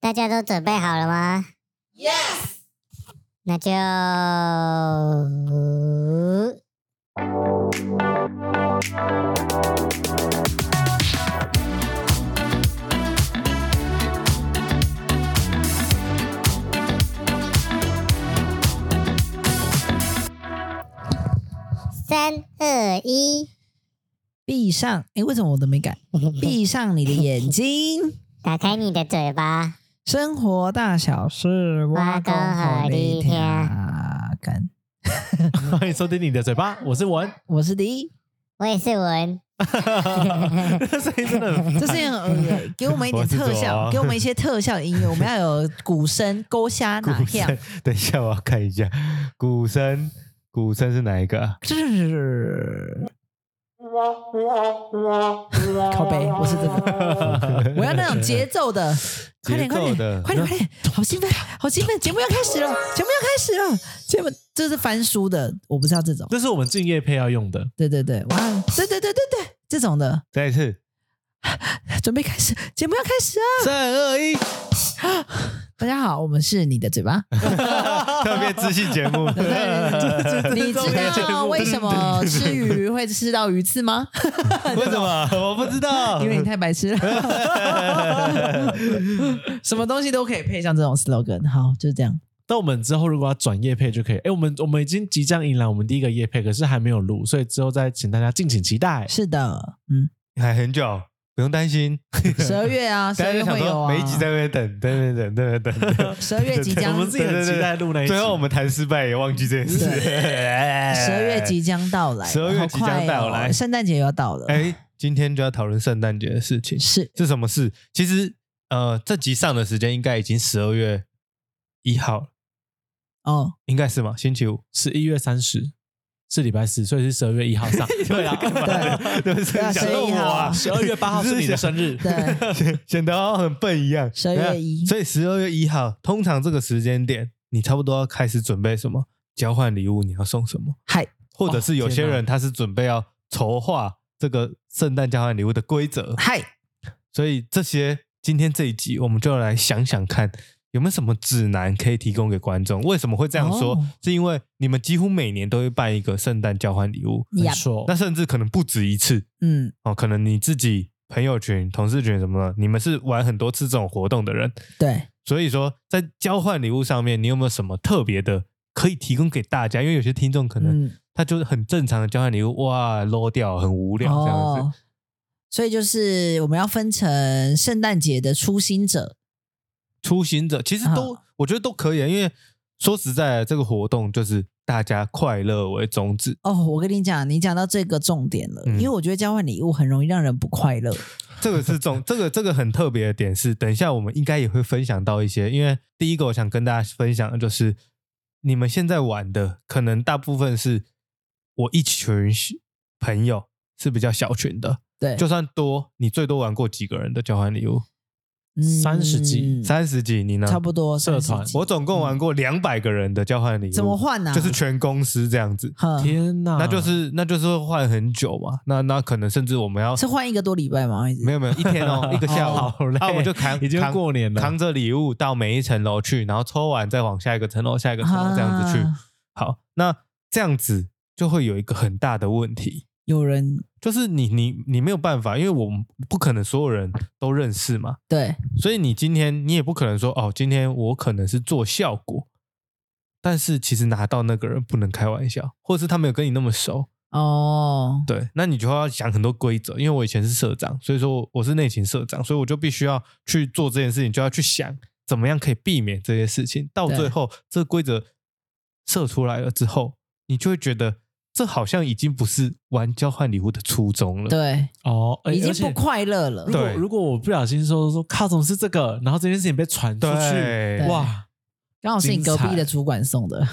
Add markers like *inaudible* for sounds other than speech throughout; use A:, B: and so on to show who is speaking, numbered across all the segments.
A: 大家都准备好了吗
B: ？Yes。
A: 那就啊，三二一，
B: 闭上，哎，为什么我都没
C: *laughs*
B: 改？闭上你的眼睛，
A: 打开你的嘴巴。
B: 生活大小事，
A: 我讲给你听
B: 干，
C: 欢迎收听你的嘴巴，我
B: *laughs*
C: 是文。 *laughs*
B: 我是迪，
A: 我也是文，
C: 声音真的很烦
B: 这是很
C: *laughs*
B: 呃给我们一点
C: 我是
B: 特效，
C: 左
B: 给我们一些特效音乐，我们要有鼓声勾虾哪
C: 鼓
B: 样
C: *laughs* 声？，等一下我要看一下鼓声，鼓声是哪一个啊？
B: 是靠背，我是这
C: *laughs*
B: 个，哦我要那种节奏的，快点
C: 节
B: 快
C: 奏
B: 点
C: 的
B: 快点快点，好兴奋好兴奋，节目要开始了，节目要开始了，节目这是翻书的，我不知道这种，
C: *laughs* 这是我们敬业配要用的。
B: 对对对，哇，对对对对对，这种的，
C: 再一次，
B: 准备开始，节目要开始啊！
C: 三二 *laughs* 一，
B: 大家好，我们是你的嘴
C: *laughs*
B: 巴，
C: 特别知性节目。 *laughs*
B: 你知道啊为什么吃鱼会吃到鱼刺吗？
C: 为什么？我不知道，
B: 因为你太白痴了，什么东西都可以配上这种 slogan。好，就是这样。
C: 那我们之后如果要转业配就可以。哎，我们我们已经即将迎来我们第一个业配，可是还没有录，所以之后再请大家敬请期待。
B: 是的，嗯，
C: 还很久，不用担心。
B: 十二月啊，十
C: 大
B: 二
C: 家
B: 月
C: 就想
B: 会有
C: 说，
B: 啊，
C: 每一集在那边等，等等等等等
B: *laughs*
C: 等。
B: 十二月即
C: 我
B: 将，
C: 们自己很期待录那一集。
D: 最后我们谈失败也忘记这件事。
B: 十
D: 十
B: 二月即将到来，
D: 12月即将到
B: 好
D: 来
B: 快哦圣诞节也要到了。
D: 哎，今天就要讨论圣诞节的事情
B: 是
D: 是什么事？其实呃，这集上的时间应该已经十二月一号了，
B: 哦，
D: 应该是吗？星期五。
C: 十一月三十是礼拜四，所以是十二月一号上。对啊，
B: 对
D: *laughs* 对不起，
B: 啊
D: 想
B: 11
D: 弄我啊！
C: 十二月八号是你的生日。 *laughs*
B: 对，
D: *laughs* 显显得好像很笨一样。
B: 12月一
D: 等下所以十二月一号，通常这个时间点，你差不多要开始准备什么？交换礼物，你要送什么？
B: 嗨，
D: 或者是有些
C: 哦天哪
D: 人他是准备要筹划这个圣诞交换礼物的规
C: *laughs*
D: 则。
B: 嗨，
D: 所以这些今天这一集，我们就来想想看，有没有什么指南可以提供给观众？为什么会这样说？
B: 哦
D: 是因为你们几乎每年都会办一个圣诞交换礼物，
B: 呀
C: 没，错，
D: 那甚至可能不止一次
B: 嗯，
D: 哦。可能你自己朋友群、同事群什么的，你们是玩很多次这种活动的人，
B: 对，
D: 所以说在交换礼物上面，你有没有什么特别的可以提供给大家？因为有些听众 *laughs* 可能
B: 嗯。
D: 他就是很正常的交换礼物，哇，low 掉，很无聊这样子。
B: 哦。所以就是我们要分成圣诞节的初心者，
D: 出行者，
B: 嗯
D: 其实都、我觉得都可以，啊因为说实在的，这个活动就是大家快乐为宗旨，
B: 哦，我跟你讲，你讲到这个重点了，
D: 嗯
B: 因为我觉得交换礼物很容易让人不快乐。
D: 这个是
B: *laughs*
D: 重，这个这个很特别的点是，等一下我们应该也会分享到一些，因为第一个我想跟大家分享的就是，你们现在玩的可能大部分是我一群朋友是比较小群的，
B: 对，
D: 就算多，你最多玩过几个人的交换礼物？
C: 30几
B: 嗯
D: 三十几，你呢？
B: 差不多
C: 社
B: 30
C: 团
B: 几嗯
D: 我总共玩过两百个人的交换礼物，
B: 怎么换啊呢、
D: 就是全公司这样子。
B: 哼
C: 天哪，
D: 那就是那就是会换很久嘛。那那可能甚至我们要
B: 是换一个多礼拜吗？还是
D: 没有没有一天哦，一个下午
C: 哦好累，
D: 那我们就扛
C: 已经
D: 扛
C: 过年了
D: 扛着礼物到每一层楼去，然后抽完再往下一个层楼、下一个层楼这样子去。
B: 啊
D: 好，那这样子就会有一个很大的问题，
B: 有人
D: 就是你你你没有办法，因为我们不可能所有人都认识嘛，
B: 对
D: 所以你今天你也不可能说哦，今天我可能是做效果。但是其实拿到那个人不能开玩笑，或者是他没有跟你那么熟，
B: 哦，
D: 对，那你就要想很多规则，因为我以前是社长，所以说我我是内勤社长，所以我就必须要去做这件事情，就要去想怎么样可以避免这些事情。到
B: 对
D: 最后，这个规则设出来了之后，你就会觉得这好像已经不是玩交换礼物的初衷了。
B: 对，
C: 哦，哎
B: 已经
C: 而且
B: 不快乐了
C: 如。果
D: 对
C: 如果我不小心说说靠，总是这个，然后这件事情被传出去，
D: 对，
C: 哇，
B: 刚好是你隔壁的主管送
D: *laughs*
B: 的，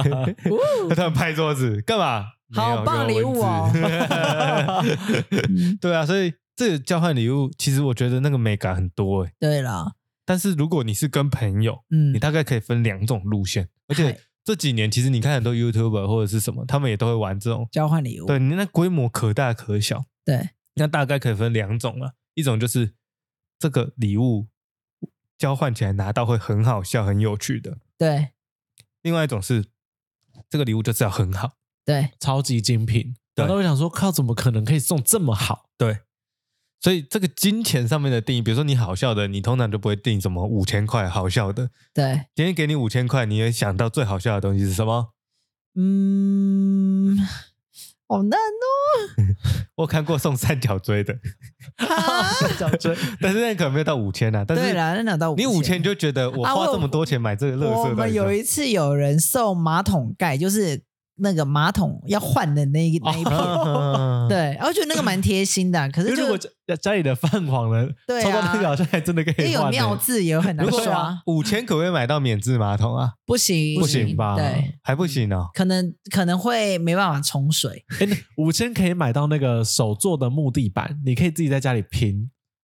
D: 他突然拍桌子，干嘛？没有
B: 好棒礼物哦！
D: 有文字 *laughs*
B: 嗯
D: 对啊，所以这个交换礼物，其实我觉得那个美感很多诶、欸
B: 对啦，
D: 但是如果你是跟朋友，
B: 嗯
D: 你，大概可以分两种路线，而
B: 嗨
D: 且这几年其实你看很多 YouTuber 或者是什么，他们也都会玩这种，
B: 交换礼物，
D: 对，你那规模可大可小，
B: 对
D: 那大概可以分两种了，一种就是这个礼物交换起来拿到会很好笑、很有趣的；
B: 对
D: 另外一种是这个礼物就是要很好，
B: 对，
C: 超级精品，
D: 对
C: 然后我想说，靠，怎么可能可以送这么好？
D: 对。所以这个金钱上面的定义，比如说你好笑的，你通常就不会定什么五千块好笑的。
B: 对，
D: 今天给你五千块，你也想到最好笑的东西是什么？
B: *laughs* 嗯，好难 *laughs*
D: 我看过送三角锥的，
B: 哦。
C: *laughs* 小追，
D: 但是那可能没有到五千啊。但
B: 对
D: 是
B: 啦，那拿到
D: 你五千就觉得我
B: 啊
D: 花
B: 我
D: 这么多钱买这个乐
B: 我
D: 色，
B: 们有一次有人送马桶盖，就是那个马桶要换的那一那
C: *laughs*
B: 一批。
D: *laughs* 对，
B: 对，然后觉得那个蛮贴心的啊，可
C: 啊因
B: 是
C: 为如
B: 就
C: 果家家里的泛黄了，
B: 对啊
C: 抽到那个好像还真的可
B: 因为
C: 以
B: 有
C: 换欸
B: 妙
C: 呢。
B: 字也很难
D: 如果
B: 刷，
D: 五千可不可以买到免治马桶啊？
B: 啊不行
C: 不行吧
B: 对，嗯
D: 还不行哦。
B: 可能可能会没办法冲水，
C: 哎，那五千可以买到那个手做的木地板，你可以自己在家里拼，
B: *laughs*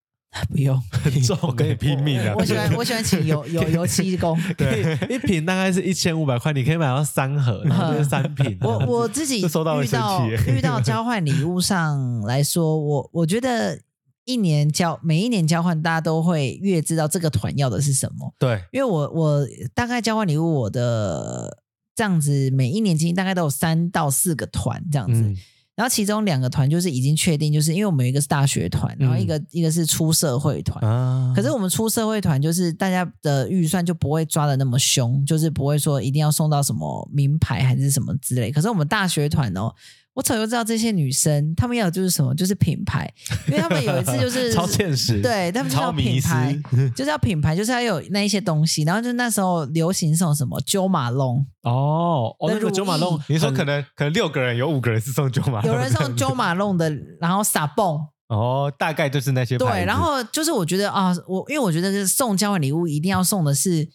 B: 不用。
C: 很重欸，
D: 我跟你拼命啊！
B: 我喜欢我喜欢请油油油漆工。
C: 对，一瓶大概是一千五百块，你可以买到三盒，然后就是三瓶。
B: 嗯 *laughs* 我
C: 啊
B: 我自
D: *laughs*
B: 己
D: 这收到会
B: 遇
D: 生
B: 到
D: 气耶
B: *laughs* 遇到交换礼物上来说，我我觉得一年交每一年交换，大家都会越知道这个团要的是什么。
D: 对
B: 因为我我大概交换礼物，我的这样子每一年经历大概都有三到四个团这样子。
D: 嗯
B: 然后其中两个团就是已经确定，就是因为我们有一个是大学团，然后
D: 嗯
B: 一个、一个是出社会团。
C: 嗯
D: 啊，
B: 可是我们出社会团，就是大家的预算就不会抓的那么凶，就是不会说一定要送到什么名牌还是什么之类。可是我们大学团哦，我早就知道这些女生她们要的就是什么，就是品牌，因为她们有一次就是
C: *laughs* 超现实，，
B: 对，她们就是
D: 超
B: 要
D: 迷
B: 品
D: 失，
B: 牌，就是要品牌，就是要有那一些东西。然后就那时候流行送什么九马
C: *laughs*
B: 龙，
C: 哦，哦，
B: 那
C: 那个
B: 如
C: 九马
B: 意
C: 弄，
D: *laughs* 你说可能可能六个人有五个人是送九
C: 啊
D: 马龙的，
B: 有人送九马龙的，然后撒蹦。
D: 哦，大概就是那些牌
B: 对，
D: 子
B: 然后就是我觉得啊，我因为我觉得是送交换礼物一定要送的是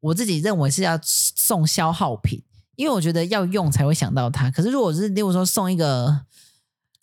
B: 我自己认为是要送消耗品，因为我觉得要用才会想到它。可是如果是例如说送一个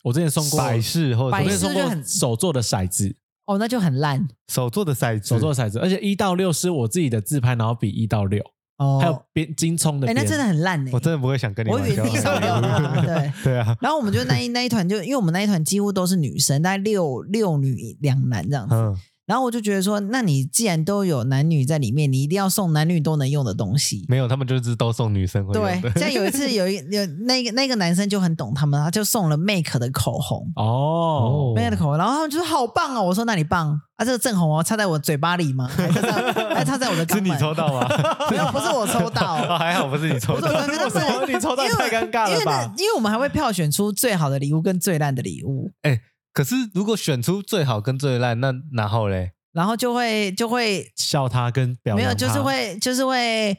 C: 我之前送过
D: 百事或者
C: 我
B: 百
C: 之
B: 事
C: 前送
B: 就
C: 过
B: 很
C: 手做的骰子，
B: 哦，那就很烂
D: 手做的骰子，
C: 手做的骰子，而且一到六是我自己的自拍，然后比一到六，
B: 哦，
C: 还有边金葱的
B: 哎、
C: 边，
B: 那真的很烂呢、
D: 我真的不会想跟你
B: 我
D: 玩
B: 以为
D: 交
B: 你
D: 换
B: 想要
D: 礼
B: 它，
D: *laughs* 物
B: 对。
D: 对啊，
B: 然后我们就那一那一团就，因为我们那一团几乎都是女生，大概六六女两男这样子。
D: 嗯，
B: 然后我就觉得说，那你既然都有男女在里面，你一定要送男女都能用的东西。
D: 没有，他们就是都送女生会用
B: 对
D: 的，，
B: 像有一次有一有那个那个男生就很懂他们，他就送了 Make 的口红
C: 哦，
B: ，Make 的口红，然后他们就说好棒哦，我说那你棒啊，这个正红哦，插在我嘴巴里吗？还是插在还是插在我的肛
D: 是
B: 门？
D: 你抽到吗？
B: 没有，不是我抽
D: *laughs* 哦，
C: *laughs*
B: 到。
D: 还好不是你抽
B: 不是我
D: 到，
B: 抽到，
C: 我说你抽到也太尴尬了吧
B: 因为那因为我们还会票选出最好的礼物跟最烂的礼物，
D: 可是如果选出最好跟最烂，那然后嘞，
B: 然后就会就会
C: 笑他跟表扬
B: 没有，
C: 他
B: 就是会就是会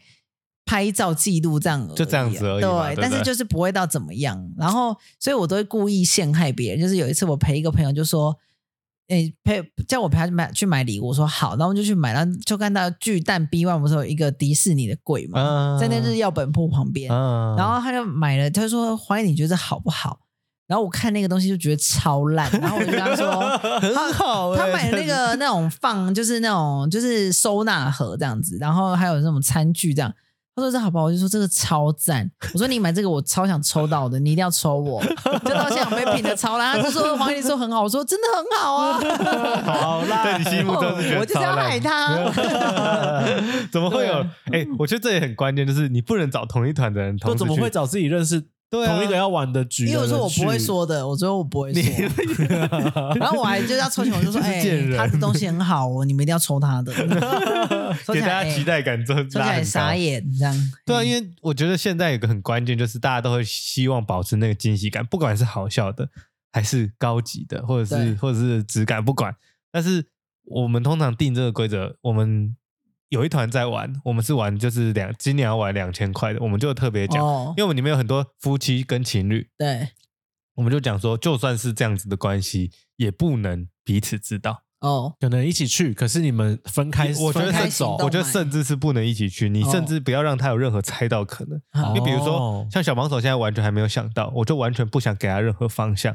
B: 拍照记录这样而已啊，
D: 就这样子而已嘛
B: 对，
D: 对不
B: 但是
D: 对
B: 就是不会到怎么样。然后，所以我都会故意陷害别人。就是有一次，我陪一个朋友就说。诶、陪叫我陪他去买去买礼物，我说好，然后我们就去买，然后就看到巨蛋 B One 不是有一个迪士尼的柜嘛，
D: 嗯
B: 在那日药本铺旁边，
D: 嗯
B: 然后他就买了，他就说怀疑你觉得好不好？然后我看那个东西就觉得超烂，然后我就跟
D: *laughs*
B: 他说
D: 很好欸
B: 他买那个那种放就是那种就是收纳盒这样子，然后还有那种餐具这样。他说这好不好？我就说这个超赞。 *laughs* 我说你买这个我超想抽到的，你一定要抽我。 *laughs* 就到现在我被品的超烂，他就说黄丽说很好，我说真的很好啊。
D: *laughs* 好啦，在你心目中是觉
B: 我
D: 得
B: 就是
D: 超
B: 要害
D: 烂。
B: 他。
D: *laughs* 怎么会有？哎、我觉得这也很关键，就是你不能找同一团的人同
C: 都
D: 时
C: 怎么
D: 去
C: 会找自己认识
D: 对啊
C: 同一个要玩的局的
B: 因
C: 人去？
B: 为我说我不会说的，我说我不会说。
D: *laughs*
B: 然后我还就是要抽钱，我就说：“
D: 你
B: 哎、
D: 是贱人
B: 他的东西很好哦，你们一定要抽
D: *laughs*
B: 他的。抽起来”哎
D: 给大家期待感，真的
B: 抽起
D: 拉很
B: 来
D: 高
B: 傻。眼这样。
D: 对啊，因为我觉得现在有个很关键，就是大家都会希望保持那个惊喜感，不管是好笑的，还是高级的，或者是
B: 对
D: 或者是质感，不管。但是我们通常定这个规则，我们有一团在玩，我们是玩就是两今年要玩两千块的，我们就特别讲，
B: 哦
D: 因，为我们里面有很多夫妻跟情侣，
B: 对，
D: 我们就讲说，就算是这样子的关系，也不能彼此知道。
B: 哦，
C: 可能一起去，可是你们分开，
D: 我觉得
C: 分开
D: 是
C: 走
B: 行动
D: 我觉得
B: 买
D: 甚至是不能一起去，你
B: 哦
D: 甚至不要让他有任何猜到可能。
C: 哦
D: 你比如说，像小帮手现在完全还没有想到，我就完全不想给他任何方向，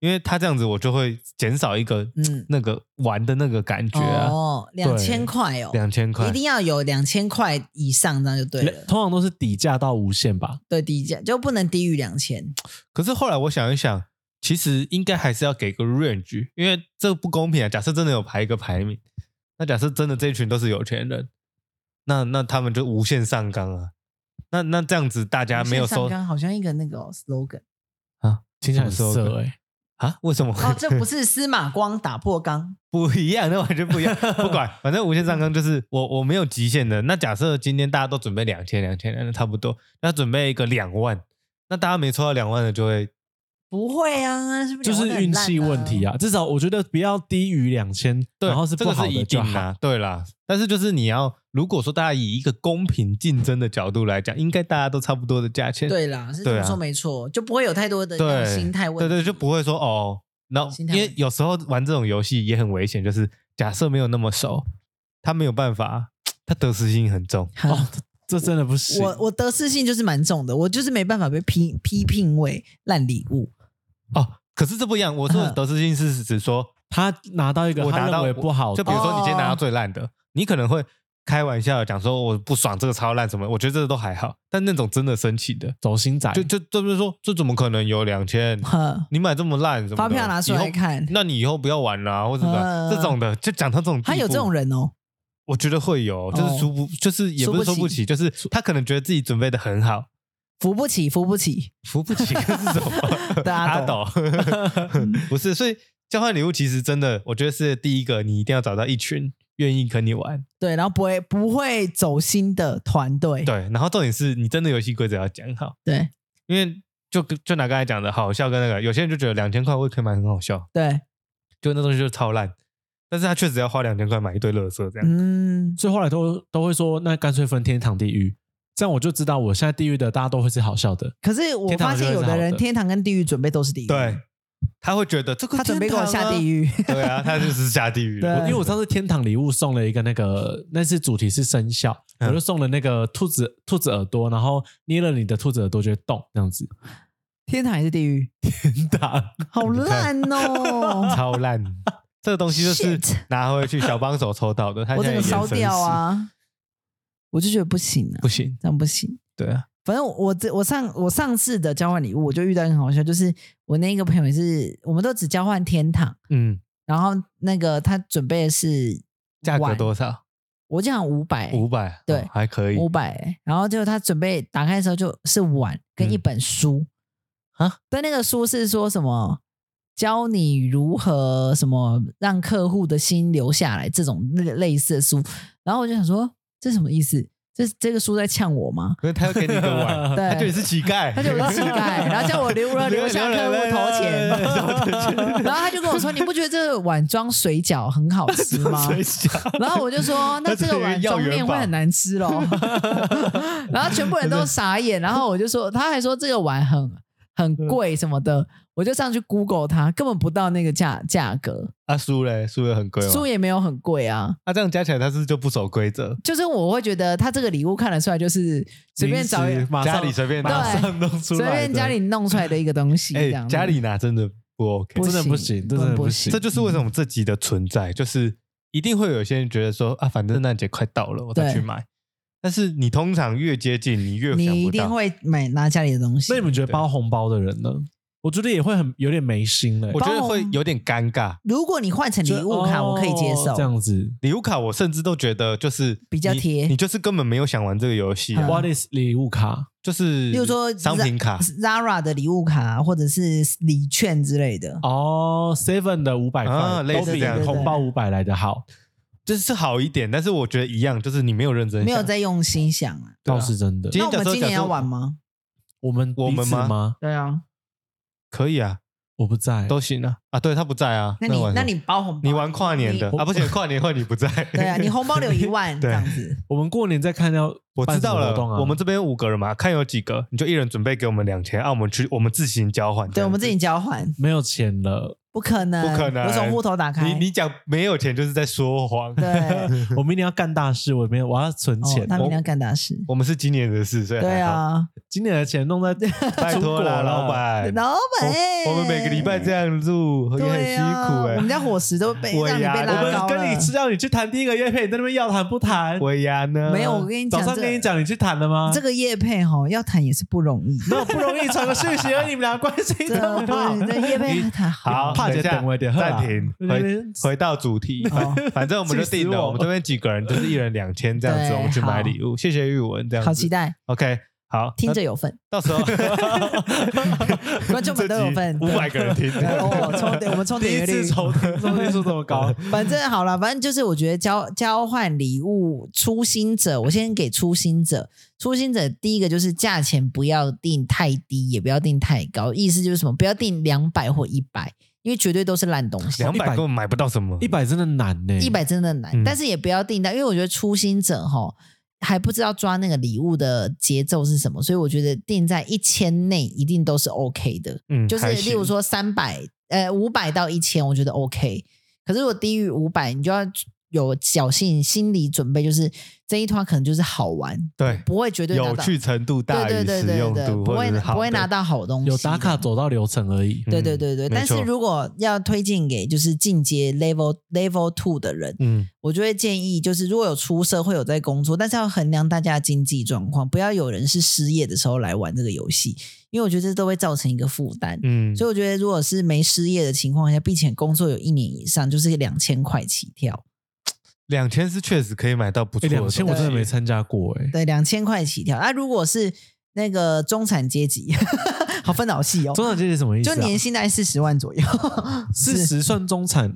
D: 因为他这样子我就会减少一个
B: 嗯
D: 那个玩的那个感觉啊。
B: 哦，两千块哦，
D: 两千块
B: 一，定要有两千块以上，这样就对了。
C: 通常都是底价到无限吧。
B: 对，低价就不能低于两千。
D: 可是后来我想一想，其实应该还是要给个 range，因为这个不公平啊。假设真的有排一个排名，那假设真的这一群都是有钱人，那那他们就无限上纲啊。那那这样子大家啊没有收
B: 刚刚好像一个那个 *laughs* slogan
D: 啊？
C: 听起来很
D: 什么时候
C: 色哎、
D: 啊？为什么会
B: 哦，这不是司马光打破缸，
D: *laughs* 不一样？那完全不
B: *laughs*
D: 一样。不管，反正无限上纲就是我我没有极限的。那假设今天大家都准备两千两千，那差不多，那准备一个两万，那大家没抽到两万的就会
B: 不会啊，是不是？
C: 就是运气问题
B: 啊。
C: 啊。至少我觉得不要低于两千，
D: 对，
C: 然后是
D: 这
C: 不
D: 个
C: 好
D: 是一
C: 的
D: 定啊
C: 就好。
D: 啦，对啦。但是就是你要，如果说大家以一个公平竞争的角度来讲，应该大家都差不多的价钱，
B: 对啦，是这
D: 对
B: 么
D: 啊
B: 说没错，就不会有太多的那
D: 对
B: 种心态问
D: 对
B: 题。
D: 对，就不会说哦，那、
B: 心态
D: 因
B: 问
D: 为有时候玩这种游戏也很危险，就是假设没有那么熟，他没有办法，他得失心很重，
B: 好。
C: 这真的不行。
B: 我我得失心就是蛮重的，我就是没办法被批批评为烂礼物。
D: 哦。可是这不一样，我说的
B: 嗯
D: 得失心是指说，
C: 他拿到一个
D: 我
C: 他
D: 拿
C: 认
D: 到
C: 为不好
D: 就
C: 的，
D: 比如说你今天拿到
B: 哦
D: 最烂的，你可能会开玩笑地讲说我不爽这个超烂什么，我觉得这个都还好，但那种真的生气的，
C: 走心仔，
D: 就就就是说这怎么可能有两千？
B: 呵，
D: 你买这么烂什么的
B: 发票拿出
D: 以
B: 来
D: 后
B: 看，
D: 那你以后不要玩啦、或者什么、
B: 呃
D: 这种的，就讲到这种，
B: 还有这种，人哦，
D: 我觉得会有，就是输不，就是也不是
B: 输
D: 输
B: 不
D: 不
B: 起
D: 起，就是他可能觉得自己准备的很好，
B: 扶不起，扶不起。
D: 输不起是什
B: *laughs*
D: 么？
B: 大家懂
D: 懂，不是，所以交换礼物其实真的，我觉得是第一个，你一定要找到一群愿意跟你玩，
B: 对，然后不会不会走心的团队，
D: 对，然后重点是你真的游戏规则要讲好，
B: 对
D: 因为就就拿刚才讲的好笑跟那个，有些人就觉得两千块我也可以买很好笑，
B: 对，
D: 就那东西就超烂，但是他确实要花两千块买一堆乐色这样。
B: 嗯，
C: 所以后来都都会说，那干脆分天堂地狱，这样我就知道我现在地狱的大家都会是好笑的。
B: 可是我
C: 天堂
B: 发现
C: 就
B: 有
C: 会是
B: 的
C: 好
B: 人
C: 的
B: 天堂跟地狱准备都是地狱，
D: 对，，他会觉得这个
B: 他准备给
D: 天
B: 我
D: 堂
B: 下
D: 啊
B: 地，狱，
D: 对啊，他就是下地狱
B: *laughs*
C: 我
B: 对
D: 了。
C: 因为我上次天堂礼物送了一个那个，那次主题是生肖，
D: 嗯，
C: 我就送了那个兔子兔子耳朵，然后捏了你的兔子耳朵就会动这样子。
B: *laughs* 天堂还是地狱，
C: 天堂，
B: 好烂哦
D: 超烂，这个东西就是
B: Shit
D: 拿回去小帮手抽到 *laughs* 的，他
B: 我
D: 现
B: 整
D: 在
B: 个
D: 也
B: 烧
D: 生
B: 掉
D: 气，
B: 啊，我就觉得不行啊，
D: 不行，
B: 这样不行。
D: 对啊，
B: 反正我我这我上我上次的交换礼物，我就遇到一个很好笑，就是我那个朋友也是，我们都只交换天堂，
D: 嗯，
B: 然后那个他准备的是
D: 价格
B: 碗，
D: 多少？
B: 我讲五百，
D: 五百，
B: 对
D: 哦还可以
B: 五百，然后结果他准备打开的时候就是碗跟一本书
D: 嗯啊，
B: 但那个书是说什么？教你如何什么让客户的心留下来这种类类似的书，然后我就想说这什么意思？这这个书在呛我吗？
D: 可是他要给你一个碗，
B: 对
D: 他就你是乞丐，
B: 他就有个乞丐，
D: *laughs*
B: 然后叫我留了留下客户投钱， *laughs* 然后他就跟我说：“你不觉得这个碗装水饺很好吃吗
D: 水饺？”
B: *laughs* 然后我就说：“那这个碗装面会很难吃咯。” *laughs* 然后全部人都傻眼，然后我就说：“他还说这个碗很很贵什么的。”我就上去 Google 它，根本不到那个价价格，
D: 啊，输嘞，输的很
C: 啊
D: 贵
B: 书
D: 吗？
B: 也没有很贵啊。
D: 那这样加起来，他是不是就不守规则，
B: 就是我会觉得他这个礼物看得出来，就是随便找一
C: 临时马上
D: 家里随便
C: 马
D: 拿
B: 对
C: 上弄出
B: 随
C: 来的，
B: 便家里弄出来的一个东西，这
D: 哎
B: 样，子
D: 家里拿真的不 OK，
B: 不
C: 真的不行真的不行
D: 这就是为什么这集的存在，就是一定会有些人觉得说啊，反正圣诞节快到了，我再
B: 对
D: 去买。但是你通常越接近，你越想
B: 你一
D: 不
B: 定
D: 到。
B: 会买拿家里的东西
C: 那。你们觉得包红包的人呢？我觉得也会很有点没心嘞、
D: 我觉得
B: 包
D: 会有点尴尬。
B: 如果你换成礼物卡，
C: 就
B: 我可以接
C: 哦
B: 受
C: 这。样子。
D: 礼物卡我甚至都觉得就是
B: 比较
D: 你
B: 贴
D: 你就是根本没有想玩这个游戏啊，
C: What is 礼物卡？
D: 就是
B: 例如说
D: 商品卡
B: Zara 的礼物卡，啊或者是礼券之类的。
C: 哦，Seven 的五百
D: 啊
C: 块
D: 类
C: 都
D: 似
C: 比
D: 这样
C: 红包五百来的好，
D: 这是好一点，但是我觉得一样，就是你没有认真想，
B: 没有在用心想啊。
D: 对啊
C: 倒是真的。
D: 今
B: 那
D: 天
B: 我
D: 假
B: 们
D: 设
B: 今年
D: 假设
B: 要玩吗？
C: 我们
D: 我们
C: 彼此
D: 吗
C: 吗？
B: 对啊，
D: 可以啊，
C: 我不在，
D: 都行啊啊，对他不在啊，
B: 那你
D: 玩什
B: 那
D: 么
B: 你包红包，
D: 你玩跨年的
B: 你
D: 啊，不行，跨年会你不在，
B: 对啊，你红包留一万这
D: *laughs* 对
B: 样子。
C: 我们过年再看要
D: 我知
C: 办什么
D: 道了
C: 活动，啊
D: 我们这边有五个人嘛，看有几个，你就一人准备给我们两千，啊，我们去我们自行交换。
B: 对，我们自
D: 己。
B: 己交换，
C: 没有
D: *laughs*
C: 钱了，
B: 不可能，
D: 不可能
B: 我从户头打开。
D: 你你讲没有钱就是在说谎。 *laughs*
B: 对，
C: 我明年要干大事，我没有，我要存
B: 哦
C: 钱。
B: 他们
C: 我
B: 俩干大事。
D: 我们是今年的事，所以还好
B: 对，啊，
C: 今年的钱
B: *laughs*
C: 弄在
D: 拜托啦，
C: 出国了
D: 老板，
B: 老板，
D: 我我们每个礼拜这样录也很
B: 对
D: 辛
B: 啊
D: 苦哎、
B: 我们家伙食都被
D: 我
B: 让你
D: 呀
B: 被
C: 啊我
B: 拉高
C: 们跟你
B: 了
C: 吃到你去谈第一个月配，你在那边要谈不谈？
D: 我呀呢，
B: 没有，我跟你
C: 早
B: 讲，
C: 上
B: 这
C: 跟你讲，你去谈了吗？
D: 啊
B: 这个叶配哈，要谈也是不容易。*laughs*
C: 啊那我不容易传个讯息，而你们俩关系
B: 这
C: 这么好，
B: 对这叶配
D: 你
B: 谈
D: 好
C: 跨界等位点，啊
D: 暂停，
C: 我
B: *laughs*
C: 这
D: 回
C: 边
D: 回到主题
B: 好。
D: *laughs* 反正我们就定
C: 气死
D: 了，
C: 我
D: 我们这边几个人就是一人两千这样子，
B: 对
D: 我们去买
B: 好
D: 礼物。谢谢玉文这样子，
B: 好期待，
D: OK，好，
B: 听
D: 那
B: 着有份，
D: 到时候
B: *laughs* 观众们都有份
D: 五百个人听，
B: 哦，抽点我们抽
C: 第
B: 点
C: 一
B: 阅率
C: 次。抽的中间数这么高，
B: 反正好了，反正就是我觉得交交换礼物，初心者，我先给初心者。初心者第一个就是价钱不要定太低，也不要定太高，意思就是什么？不要定两百或一百，因为绝对都是烂东西。
D: *laughs* 两百
C: 100
D: 根本买不到什么
C: *laughs* 一。百真的难呢，
B: 一百真的难，
D: 嗯
B: 但是也不要定到，因为我觉得初心者哈还不知道抓那个礼物的节奏是什么，所以我觉得定在一千内一定都是 OK 的。
D: 嗯，
B: 就是
D: 还
B: 例
D: 行
B: 如，说三百呃五百到一千，我觉得 OK。可是如果低于五百，你就要有侥幸心理准备，就是这一团可能就是好玩，
D: 对，
B: 不会绝对拿到
D: 有趣程度大
B: 对
D: 于
B: 对
D: 实
B: 对对
D: 用
B: 对
D: 度，
B: 不
D: 或
B: 会
D: 者是好
B: 不会
D: 的
B: 拿。到好东西，
C: 有打卡。走到流程而已。
B: 对
D: 嗯
B: 对对对，
D: 没
B: 但是
D: 错
B: 如果要推荐给就是进阶 level level two 的人，
D: 嗯，
B: 我就会建议，就是如果有出社会有在工作，但是要衡量大家的经济状况，不要有人是失业的时候来玩这个游戏，因为我觉得这都会造成一个负担。
D: 嗯，
B: 所以我觉得，如果是没失业的情况下，并且工作有一年以上，就是两千块起跳。
D: 两千是确实可以买到不错
C: 哎，
D: 的
C: 两
D: 东西，
C: 千我真的没参加过哎，
B: 对，两千块起跳。那、如果是那个中产阶级， *laughs* 好分好细哦，
C: 中产阶级什么意思
B: 就
C: 啊？
B: 年薪大概四十万左右，
C: 四十算中产，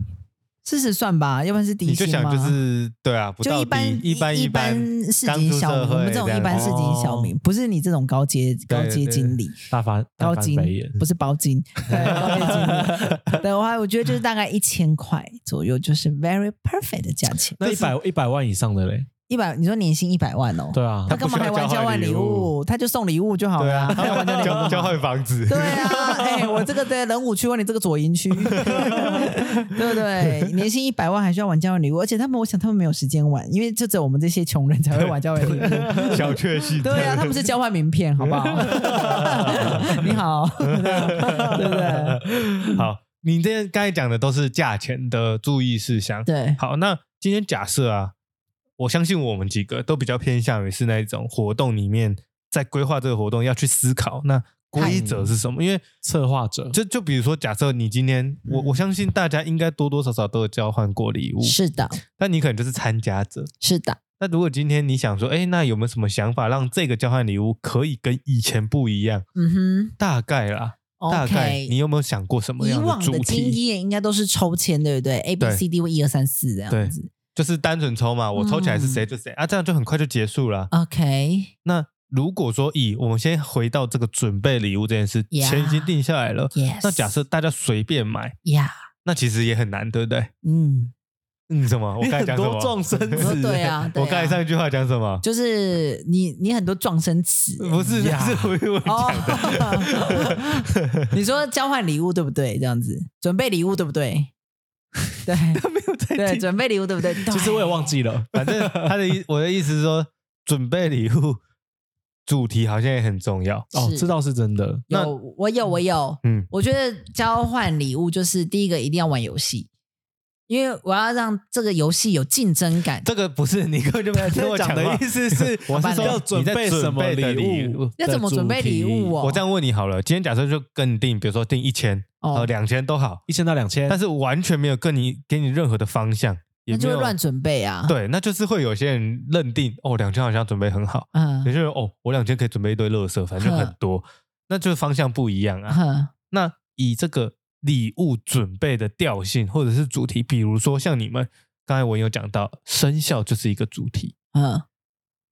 B: 四十算吧，要不然是
D: 你
B: 底
D: 就
B: 薪
D: 想
B: 嘛。
D: 就是对啊，不
B: 就
D: 到
B: 一般
D: 底一般
B: 一
D: 般
B: 市
D: 刚
B: 井
D: 出
B: 小
D: 社
B: 民，我
D: 会
B: 们这种一般
D: 样
B: 市
D: 子哦
B: 井小民，不是你这种高阶高
D: 对
B: 阶
D: 对
B: 经理。
C: 大翻
B: 高
C: 大翻
B: 金
C: 白眼，
B: 不是包金，对，高金
D: *laughs*
B: 金。对，我还我觉得就是大概一千块左右，就是 very perfect 的价钱。
C: 那一百一百万以上的嘞？
B: 一百，你说年薪一百万哦？
C: 对啊，
B: 他干嘛还玩交换礼
D: 他不需要交换礼
B: 物？他就送礼物就好
D: 对
B: 了
D: 啊，
B: 啊，还玩
D: *laughs*
B: 交换
D: 交
B: 礼
D: 交
B: 物。
D: 换房子，
B: *laughs* 对啊，哎，我这个在仁武区，问你这个左营
D: *laughs*
B: 区，对不对？年薪一百万还需要玩交换礼物，而且他们，我想他们没有时间玩，因为就只有我们这些穷人才会玩交换礼
D: *laughs*
B: 物。
D: 小确幸，
B: 对
D: *laughs*
B: 啊，他们是交换名片，好不好？你好，对不对？
D: 好，你这刚才讲的都是价钱的注意事项。
B: 对，
D: 好，那今天假设啊，我相信我们几个都比较偏向于是那一种活动里面，在规划这个活动要去思考那规则是什么，因为
C: 策划者
D: 就就比如说，假设你今天，我我相信大家应该多多少少都有交换过礼物，
B: 是的，
D: 但你可能就是参加者。
B: 是的，
D: 那如果今天你想说，哎，那有没有什么想法让这个交换礼物可以跟以前不一样？
B: 嗯
D: 大概啦
B: 哼
D: 大概
B: ，OK。
D: 你有没有想过什么
B: 以
D: 样
B: 往
D: 主
B: 的经
D: 题？
B: 验应该都是抽签，对不对？A、B、
D: 对
B: C、D 或一二三四这样子。
D: 就是单纯抽嘛，我抽起来是谁就
B: 嗯
D: 谁、啊，这样就很快就结束了。
B: OK，
D: 那如果说以我们先回到这个准备礼物这件事
B: Yeah
D: 钱已经定下来了
B: Yes
D: 那假设大家随便买，
B: 呀，
D: 那其实也很难，对不对？
B: 嗯，
D: 嗯，什么？我
C: 你
D: 刚才
C: 很
D: 讲什
C: 多
D: 么？
C: 众生
B: 我说 *laughs*
C: 子，
B: 对啊，对
D: 我
B: 啊
D: 刚才上一句话讲什么？
B: 就是你你很多撞生词，
D: 不是，
C: 呀
D: 那是我我 *laughs*
B: 哦
D: 讲的。，
B: *laughs* 你说交换礼物对不对？这样子准备礼物对不
D: *laughs*
B: 对？对，
D: 没有在
B: 对，
D: 听
B: 准备礼物对不对？
C: 其实我也忘记了，
D: 反正他的意，我的意思是说，准备礼物主题好像也很重要。
C: 哦，
B: 是
C: 这倒是真的。
B: 对。有，我有，我有。
D: 嗯，
B: 我觉得交换礼物就是第一个一定要玩游戏，因为我要让这个游戏有竞争感。
D: 这个不是你根本就没有听
C: *laughs*
D: 我
C: 讲
D: 话，
C: 的意思是
D: 我是
B: 说
C: 要准备什么
D: 你在准备的
C: 礼
D: 礼
C: 物
D: 物，
B: 要怎么准备礼物哦
D: 我这样问你好了，今天假设就跟你定，比如说定一千
B: 哦
D: 和两千都好，
C: 一千到两千，
D: 但是完全没有跟你给你任何的方向，也
B: 那就
D: 没
B: 会
D: 有
B: 乱准备啊。，
D: 对，那就是会有些人认定哦，两千好像准备很好，
B: 嗯
D: 有，些人哦，我两千可以准备一堆垃圾，反正很多，那就是方向不一样啊。
B: 哼
D: 那以这个礼物准备的调性或者是主题，比如说像你们刚才我有讲到，生肖就是一个主题。
B: 嗯，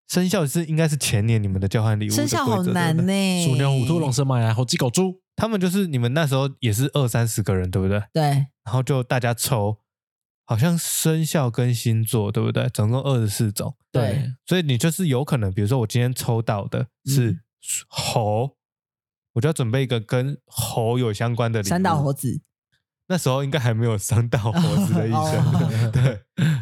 D: 生肖是应该是前年你们的交换礼物的
B: 生肖好
D: 规则
B: 难
D: 对不
B: 呢
D: 对、
C: 鼠牛虎兔龙蛇马羊猴鸡狗猪，
D: 他们就是你们那时候也是二三十个人，对不对？
B: 对，
D: 然后就大家抽，好像生肖跟星座，对不对？总共二十四种，
B: 对，
D: 所以你就是有可能，比如说我今天抽到的
B: 嗯
D: 是猴，我就要准备一个跟猴有相关的礼物。
B: 三道猴，子，
D: 那时候应该还没有三道猴子的意
B: 哦
D: 思。 *laughs* 对，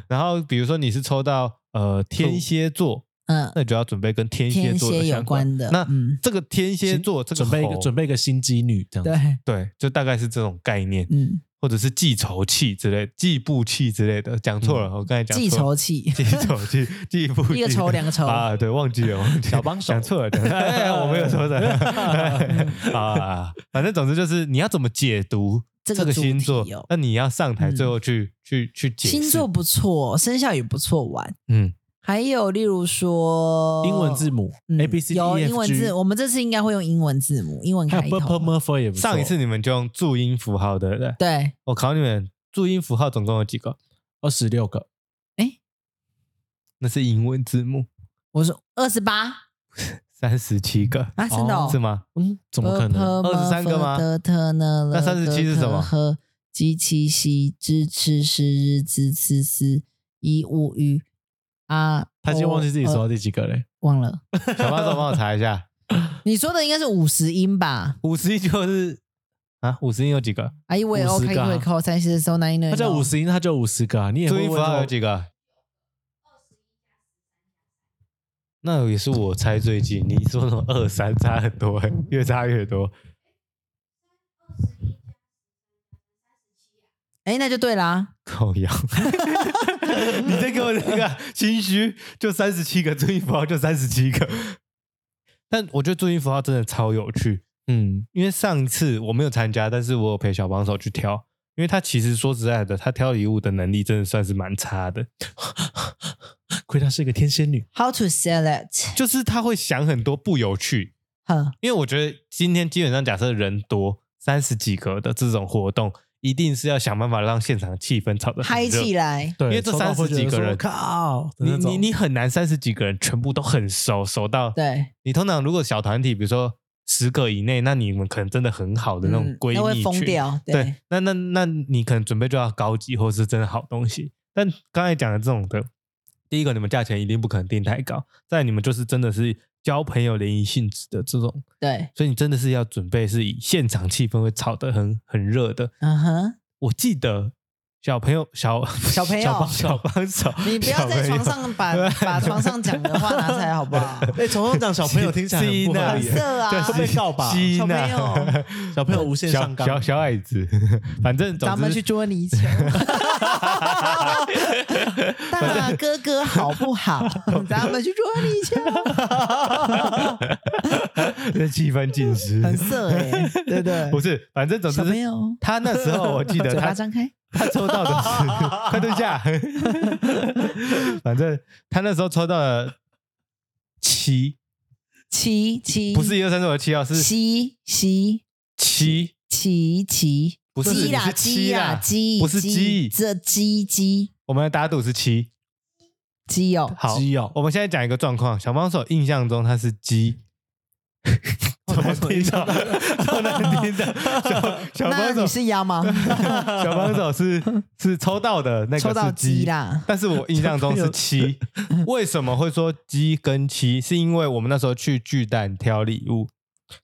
D: 然后比如说你是抽到呃天蝎座，
B: 嗯，
D: 那你就要准备跟天蝎
B: 天
D: 座
B: 蝎
D: 的
B: 有
D: 相关
B: 关的，
D: 那
B: 嗯，
D: 这个天蝎座，这个
C: 准备一个
D: 猴
C: 准备一个心机女这样子。
B: 对，
D: 对，就大概是这种概念，
B: 嗯，
D: 或者是记仇器之类、计步器之类的。讲错了，我刚才讲错
B: 嗯记仇器，
D: *laughs* 记仇器、计步器，
B: 一个仇两个仇
D: *laughs* 啊，对，忘记了，忘记了
C: 小帮手
D: 讲错了，讲错了，哎 *laughs* 哎，我没有说的啊。反正总之就是你要怎么解读
B: 嗯这
D: 这
B: 个
D: 个
B: 主
D: 星座
B: 题哦，
D: 那你要上台
B: 嗯
D: 最后去去去解释
B: 星座，不错，生肖也不错玩。
D: 嗯，
B: 还有例如说
C: 英文字母
B: 嗯
C: A B C D
B: 有
C: E
B: 英
C: F
B: 文字，
C: G，
B: 我们这次应该会用英文字母，英文
C: 还
B: 开
C: 有 purple
B: 头嘛。
C: murphy 也不错
D: 上一次你们就用注音符号对不对？
B: 对，
D: 我考你们，注音符号总共有几个？
C: 二十六个，
D: 那是英文字母，
B: 我说二十八
D: 三十七个，
B: 啊，真的哦
D: 是吗？
C: 嗯，怎么可能？
D: 23个吗
B: 的特呢？
D: 那37是什么
B: 和鸡七西支持是日支持思一物语啊，
C: 他已经忘记自己
B: 哦
C: 说
B: 呃
C: 到第几个嘞？
B: 忘了。
D: 小巴总帮我查一下，
B: 你说的应该是五十音吧？
D: 五十一就是啊，五十一有几个？
B: 啊，因为
C: 50
B: OK
C: 个啊
B: 对扣三十收那一呢？
C: 他叫五十音，他就五十个啊，你也
D: 注
C: 会
D: 音符号有
C: 问
D: 几个？那也是我猜最近，你说什么二三差很多、 *laughs* 欸，越差越多。
B: 哎，那就对啦。
D: 靠 *laughs* 腰，你再给我那个心虚，就三十七个注音符号，就三十七个。但我觉得注音符号真的超有趣，
C: 嗯，
D: 因为上次我没有参加，但是我有陪小帮手去挑，因为他其实说实在的，他挑礼物的能力真的算是蛮差的，
C: 亏她是一个天仙女，
B: How to select？
D: 就是他会想很多不有趣。
B: 呵，
D: 因为我觉得今天基本上假设人多三十几个的这种活动，一定是要想办法让现场气氛炒得很
B: 嗨
D: 热
B: 起来！
C: 对，
D: 因为这
C: 抽到会
D: 30几
C: 觉得
D: 个
C: 说
D: 人
C: 靠，
D: 你你你很难三十几个人全部都很熟，熟到
B: 对，
D: 你通常如果小团体，比如说十个以内，那你们可能真的很好的那种
B: 嗯
D: 闺
B: 那
D: 蜜
B: 会
D: 群，
B: 疯掉。
D: 对，那那那你可能准备就要高级或是真的好东西。但刚才讲的这种的，第一个你们价钱一定不可能定太高，再来你们就是真的是交朋友联谊性质的这种，
B: 对，
D: 所以你真的是要准备是以现场气氛会炒得很很热的。
B: 嗯哼，
D: 我记得小朋友小
B: 小朋友
D: 小帮小帮手，
B: 你不要在
D: 小朋
B: 床
D: 友
B: 上把把床上讲的话拿出来好不好？
C: 哎，从头讲小朋友听起来很不合理
B: 很
C: 耶，
B: 色
D: 对
B: 啊，
C: 会被告吧
D: 吸
B: 小朋
D: 纳
B: 友
C: 小朋友无限上
D: 小
C: 纲，
D: 小小矮子，反正总
B: 咱们
D: 之
B: 去捉泥鳅。大哥哥好不好？咱们去捉泥鳅，
D: *laughs* 这气氛尽失，
B: 很色哎、对不对？
D: *laughs* 不是，反正总之
B: 小朋
D: 是
B: 友，
D: 他那时候我记得
B: *laughs* 嘴巴
D: 他
B: 张开，
D: 他抽到的是，快蹲
B: *laughs*
D: 下，反正他那时候抽到了七，
B: 七七
D: 不是一二三四五六七哦，是
B: 七七
D: 七，
B: 七七，
D: 不是
B: 鸡啦
D: 是
B: 鸡
D: 七
B: 啦
D: 啦，
B: 鸡，
D: 不是鸡
B: 这鸡鸡
D: 我们来打赌是七。
B: 鸡哦，
D: 好，
C: 基友
D: 我们现在讲一个状况，小帮手印象中他
B: *laughs*
D: 是鸡。怎么听 *laughs* 到？超难听的。 *laughs* 小小
B: 那
D: 帮手
B: 你是 *laughs* 鸭吗？
D: *laughs* 小帮手是是抽到的那
B: 抽
D: 个
B: 到
D: 是
B: 鸡
D: 鸡，啊
B: 啦，
D: 但是我印象中
B: *laughs*
D: 是七。为什么会说鸡跟七？是因为我们那时候去巨蛋挑礼物，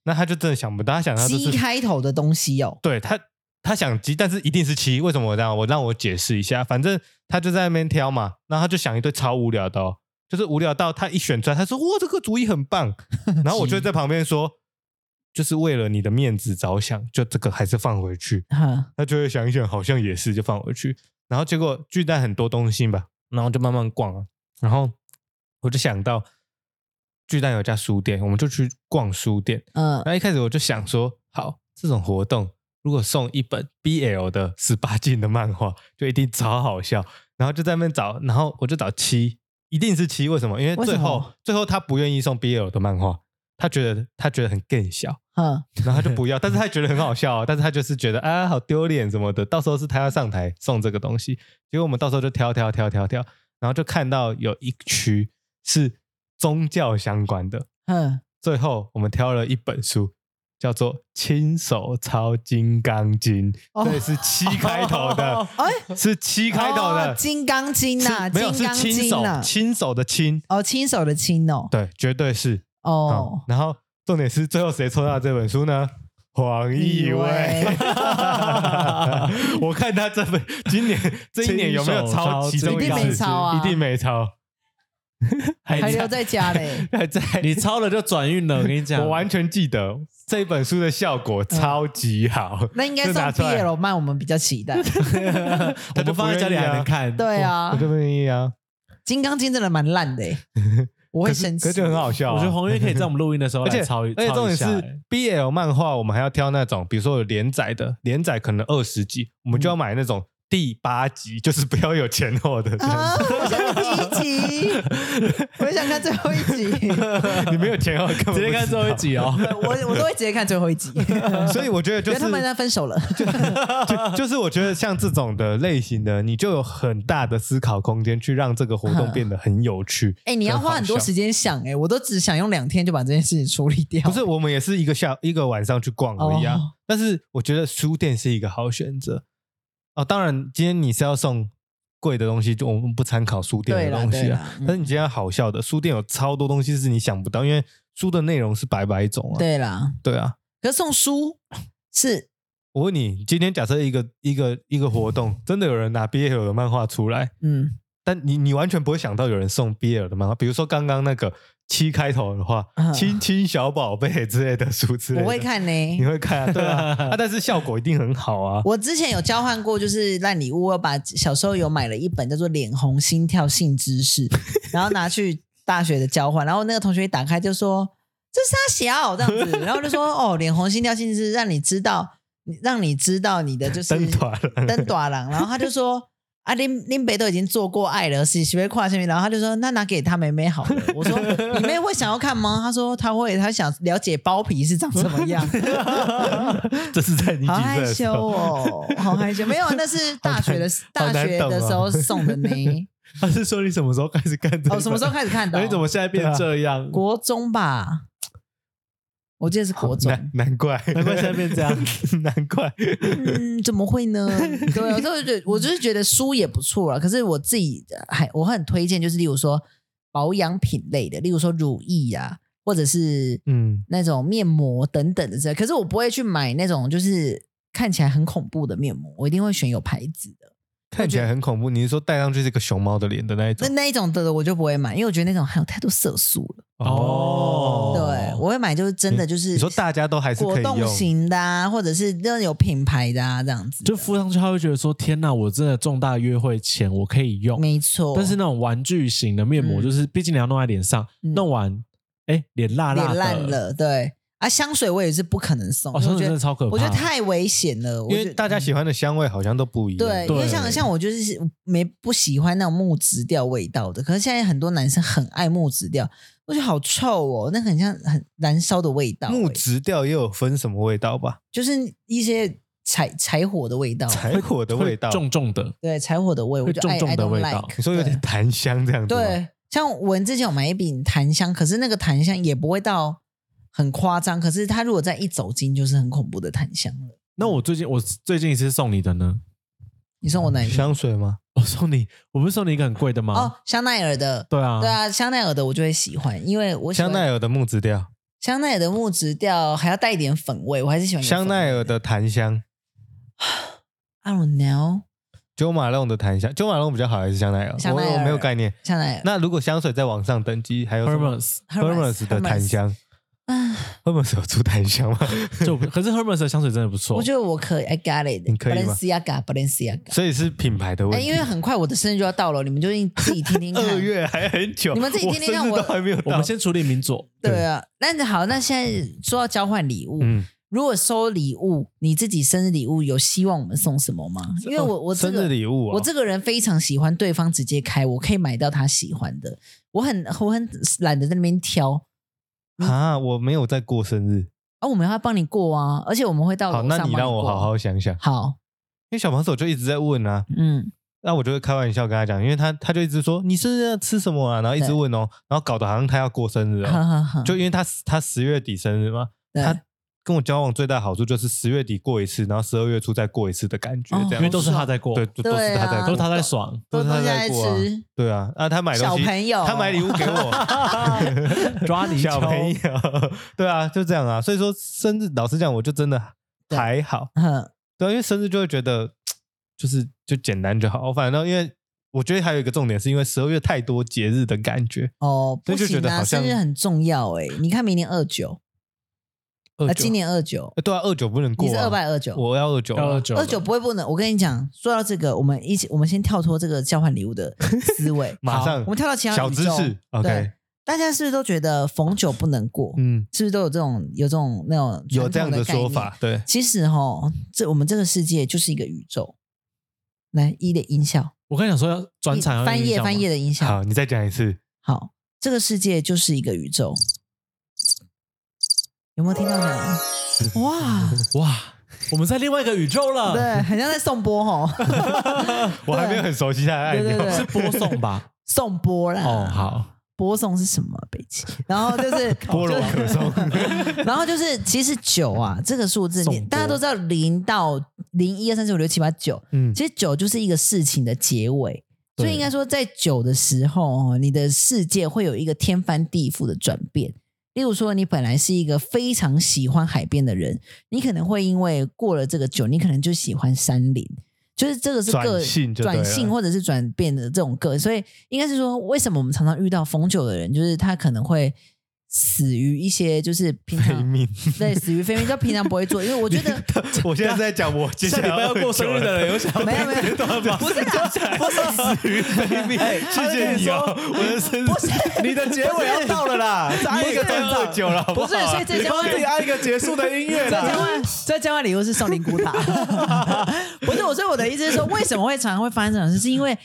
D: 那他就真的想不到，他想到就
B: 鸡
D: 是
B: 开头的东西哦，
D: 对他他想鸡，但是一定是七。为什么我这样？我让我解释一下，反正他就在那边挑嘛，然后他就想一堆超无聊的哦，就是无聊到他一选出来，他说哇这个主意很棒，然后我就在旁边说。就是为了你的面子着想，就这个还是放回去。
B: 哈，
D: 他就会想一想，好像也是，就放回去。然后结果巨蛋很多东西吧，然后就慢慢逛啊。然后我就想到巨蛋有一家书店，我们就去逛书店。
B: 嗯
D: 然后一开始我就想说，好，这种活动如果送一本 BL 的十八禁的漫画，就一定超好笑。然后就在那边找，然后我就找七，一定是七。为什么？因为
B: 为
D: 最
B: 什么
D: 后最后他不愿意送 BL 的漫画，他觉得他觉得很更小。
B: 哈，
D: 然后他就不要，但是他觉得很好笑、哦，但是他就是觉得啊好丢脸什么的，到时候是他要上台送这个东西，结果我们到时候就挑挑挑挑挑，然后就看到有一区是宗教相关的，
B: 嗯，
D: 最后我们挑了一本书。叫做《亲手抄金刚经》，
B: 哦
D: 对，是七开头的，
B: *laughs* 哎，
D: 是七开头的，
B: 哦金刚经呐
D: 是没有
B: 金
D: 是
B: 刚经啊
D: 亲手
B: 呐
D: 亲手的亲，
B: 哦，亲手的亲哦，
D: 对，绝对是哦
B: 哦，，
D: 然后重点是最后谁抽到这本书呢？黄奕
B: 奕
D: 威
B: 威，
D: *laughs* 我看他这本今
B: *laughs*
D: 年这一年有没有抄其中
B: 一定
D: 次
B: 没抄啊
D: 一定没抄，，
C: 还
B: 还留在家嘞
D: *laughs* 还在。
C: 你抄了就转运了，我跟你讲，
D: 我完全记得这本书的效果超级好，
B: 那应该
D: 就
B: 送
D: 拿出来
B: BL 漫，我们比较期
D: *laughs*
B: 待。
C: 我们放在家里还能看，
B: 对啊
D: 我，就不愿意啊。 *laughs*
B: 金刚经真的蛮烂的欸， *laughs* 我会生
D: 可
B: 气
D: 是。就很好笑啊、
C: 我觉得红月可以在我们录音的时候
D: 而且
C: 来抄一，
D: 而且重
C: 抄一
D: 点
C: 下
D: 是
C: 欸
D: BL 漫画，我们还要挑那种，比如说有连载的，连载可能二十集，我们就要
C: 嗯
D: 买那种第八集，就是不要有前后的这样
B: 啊！
D: 子。 *laughs*
B: 我想看第一 *laughs* 集，我也想看最后一集，
D: 你没有前后，根本
C: 直接看最后一集哦。 *laughs*
B: 我我都会直接看最后一集，
D: 不知道。所以我觉得就
B: 因为
D: 是
B: 他们呢分手 *laughs* 了。*laughs*
D: 就就是我觉得像这种的类型的，你就有很大的思考空间去让这个活动变得很有趣。
B: 哎、你要花很多时间想、哎，我都只想用两天就把这件事情处理掉。
D: 不是，我们也是一个下一个晚上去逛而已啊。
B: 哦
D: 但是我觉得书店是一个好选择哦。当然，今天你是要送贵的东西，就我们不参考书店
B: 对
D: 的
B: 啦
D: 东西
B: 对
D: 啊
B: 啦。
D: 但是你今天要好笑的，书店有超多东西是你想不到，因为书的内容是百百种啊。
B: 对啦，
D: 对啊，
B: 可是送书是
D: 我问你，今天假设一个一个一个活动，真的有人拿 BL 的漫画出来，
B: 嗯
D: 但你你完全不会想到有人送 BL 的漫画，比如说刚刚那个七开头的话，
B: 嗯
D: 亲亲小宝贝之类的书之类的，
B: 我会看呢、
D: 你会看啊？对 *laughs* 啊，啊但是效果一定很好啊。
B: 我之前有交换过，就是烂礼物，我把小时候有买了一本叫做《脸红心跳性知识》，然后拿去大学的交换，然后那个同学一打开就说这是他小这样子，然后我就说哦，脸红心跳性知识让你知道，让你知道你的就是
D: 灯塔了，
B: 登短廊，然后他就说。啊，林林北都已经做过爱了，是是被跨下面，然后他就说那拿给他妹妹好了。我说你妹会想要看吗？他说他会，他想了解包皮是长什么样。
D: *laughs* 这是在你
B: 好
D: 几岁
B: 害
D: 的时
B: 羞
D: 候？
B: 哦，好害羞。没
D: *laughs*
B: 有，那是大学的
D: 好
B: 大
D: 难啊
B: 学的时候送的
D: *laughs*
B: 呢。
D: 他是说你什么时候开始看这个？
B: 哦，什么时候开始看的
D: 哎
C: 那？你哎怎么现在变这样？
B: 国中吧，我记得是国中。
D: 难难怪，
C: 难 *laughs* 怪现在变这样，
D: *laughs* 难怪。
B: 嗯，怎么会呢？对啊，所以我就觉得我就是觉得书也不错啦。可是我自己还我很推荐，就是例如说保养品类的，例如说乳液啊，或者是
D: 嗯，
B: 那种面膜等等的这。可是我不会去买那种就是看起来很恐怖的面膜，我一定会选有牌子的。
D: 看起来很恐怖。你是说戴上去是一个熊猫的脸的那一
B: 那
D: 种？
B: 那一种的我就不会买，因为我觉得那种含有太多色素了。
C: 哦
B: 对，我会买就是真的就是
D: 你说大家都还是
B: 果
D: 可以
B: 冻
D: 用，
B: 型的啊，或者是那种有品牌的啊，这样子的。
C: *laughs* 就敷上去，他会觉得说：“天哪，我真的重大约会前我可以用。
B: 没”错，
C: 但是那种玩具型的面
B: 嗯
C: 膜，就是毕竟你要弄在脸上，
B: 嗯
C: 弄完哎脸辣辣
B: 脸
C: 的，
B: 烂了，对啊，香水我也是不可能送，
C: 哦，
B: 因为
C: 真
B: 我
C: 的
B: 觉
C: 真
B: 得
C: 的超可怕。
B: 我觉得太危险了，我
D: 因
B: 觉
D: 为
B: 得
D: 大家喜欢的香味好像都不一样。
B: 对，因为
C: 对
B: 像像我就是没不喜欢那种木质调味道的，可是现在很多男生很爱木质调，我觉得好臭哦，那很像很燃烧的味道、
D: 木
B: 欸
D: 质调也有分什么味道吧？
B: 就是一些柴柴火的味道，
D: 柴火的味道，
C: 会重重的，
B: 对柴火的味，我
C: 会
B: 就
C: 重
B: 爱
C: 重
B: I
C: 的
B: don't
C: 味道
B: like，
D: 你说有点檀香这样子
B: 对
D: 吗，
B: 对。像我们之前有买一柄檀香，可是那个檀香也不会到很夸张，可是它如果再一走进，就是很恐怖的檀香了。
C: 那我最近我最近一次送你的呢？
B: 你送我哪一个？
D: 香水吗？
C: 我送你，我不是送你一个很贵的吗？
B: 哦，香奈儿的，
C: 对啊，
B: 对，啊，香奈儿的我就会喜欢，因为我喜欢
D: 香奈儿的木质调，
B: 香奈儿的木质调还要带一点粉味，我还是喜欢有粉味
D: 香奈儿。的檀香
B: I don't know，
D: ，Jo Malone 的檀香，Jo Malone 比较好还是香奈儿？
B: 香奈儿
D: 我我没有概念。
B: 香奈儿。
D: 那如果香水再往上等级，还有
C: h e
D: 什
C: r m
D: 么
C: e s
D: Hermes 的檀香
B: 嗯，
D: ，Hermes 有出檀香吗？ *laughs*
C: 就可是 Hermes 的香水真的不错，
B: 我觉得我可以，I got it。
D: 你可以吗
B: Balenciaga，Balenciaga。
D: 所以是品牌的问
B: 哎，
D: 题。
B: 因为很快我的生日就要到了，你们就自己听听看。
D: *laughs* 二月还很久，
B: 你们自己听听看我
D: 我生日都还没有到。
C: 我们先处理明左，
B: 对啊，那好，那现在说到交换礼物，
D: 嗯，
B: 如果收礼物，你自己生日礼物有希望我们送什么吗？因为我我这
D: 哦生
B: 个
D: 日礼物啊，
B: 我这个人非常喜欢对方直接开，我可以买到他喜欢的。我很我很懒得在那边挑，嗯
D: 啊，我没有在过生日。
B: 而、我们要帮你过啊，而且我们会到
D: 好，
B: 楼
D: 那
B: 上帮
D: 你让我
B: 过
D: 好好想想，因
B: 好，
D: 为小帮手就一直在问啊，
B: 嗯，
D: 那我就会开玩笑跟他讲，因为他他就一直说你生日要吃什么啊，然后一直
B: 对
D: 问哦，然后搞得好像他要过生日
B: 好
D: 哦，
B: 好好，
D: 就因为他他十月底生日嘛，
B: 嗯对
D: 他跟我交往最大好处就是十月底过一次，然后十二月初再过一次的感觉
B: 哦，
D: 这
C: 因为
D: 样
C: 都是他在过，
D: 对，都都是
B: 对
D: 他
B: 啊
D: 在
C: 都
D: 过
C: 是他在爽，
D: 都
B: 都
D: 是他
B: 都在
D: 在过啊
B: 吃
D: 对啊，啊他买
B: 小
D: 东西，
B: 朋友，
D: 他买礼物给
B: *laughs*
D: 我，
C: *laughs*
D: *laughs*
C: 抓你
D: 小朋
C: 抽 *laughs*
D: 友，对啊，就这样啊，所以说生日，老实讲，我就真的
B: 对
D: 还好，
B: 嗯，
D: 对啊，因为生日就会觉得就是就简单就好。反正因为我觉得还有一个重点，是因为十二月太多节日的感觉。
B: 哦，不
D: 所以就觉
B: 行
D: 得好
B: 啊，
D: 像
B: 生日很重要哎、你看明年二九，啊，
D: 29
B: 今年二九，
D: 呃对啊，二九不能过、
B: 你
D: 啊，
B: 是二百二九，
D: 我要二九，啊
C: 要二九
B: 二九不会不能。我跟你讲，说到这个，我们一
D: *laughs*，
B: 起，我们先跳脱这个交换礼物的思维
D: 马上
B: 好我们跳到其他
D: 小
B: 宇
D: 知
B: 宙
D: 识。
B: 对
D: OK，
B: 大家是不是都觉得逢九不能过？
D: 嗯，
B: 是不是都有这种有这种那种
D: 有
B: 传统
D: 这样的
B: 的概念
D: 说法，？对，
B: 其实哈，这我们这个世界就是一个宇宙。来一的音效，
C: 我刚才想说要转场要
B: 翻
C: 印
B: 页
C: 象
B: 翻
C: 吗
B: 页的音效。
D: *laughs* 好，你再讲一次，
B: 好，这个世界就是一个宇宙，有没有听到呢？
D: *laughs*
B: 哇，
C: 哇，我们在另外一个宇宙了，
B: 对，很像在送波吼，
D: 我还没有很熟悉他的按
B: *laughs* 对对
D: 钮，
B: 对
C: *laughs* 是播送吧？
B: 送波啦。
C: *laughs* 哦，，好，
B: 播送是什么？北
C: *laughs*
B: 极。然后就是 *laughs*
D: 菠萝可颂，
B: 然后就是，其实九啊，这个数字，
C: 送
B: 你
C: 波
B: 大家都知道，零到零一二三四五六七八九，
D: *laughs* 嗯，
B: 其实九就是一个事情的结尾，
C: 对
B: 所以应该说，在九的时候，哦，你的世界会有一个天翻地覆的转变。例如说，你本来是一个非常喜欢海边的人，你可能会因为过了这个九，你可能就喜欢山林。就是这个是个
D: 转性就对了
B: 转性或者是转变的这种个，所以应该是说，为什么我们常常遇到逢九的人，就是他可能会死于一些就是平
D: 非
B: 常
D: 命。
B: 对死于非命，就平常不会做，因为我觉得
D: 我现在是在讲我接下
C: *laughs* 下
D: 来
C: 礼拜要过生日的人，有想要
B: 没有没有，不是啦，不是
D: 死于非
C: *laughs*
D: 命，
C: 哎
B: 哎
D: 谢谢你哦， *laughs* 我的生日
B: 不是
C: 你的结尾要到了啦，
D: 不
C: 按一
D: 是
C: 个转
D: 二
C: 场，
D: 九了，好
B: 不
D: 好
B: 是，
D: 啊
B: 所以这交
C: 帮
B: 换
C: 自己按一个结束的音
B: 这
D: *laughs*
C: 乐
B: 交
C: 啦。
B: *laughs* 换这交换礼物是送灵骨塔， *laughs* 不是我，所以我的意思是说，为什么会常常会发生这种事，是因为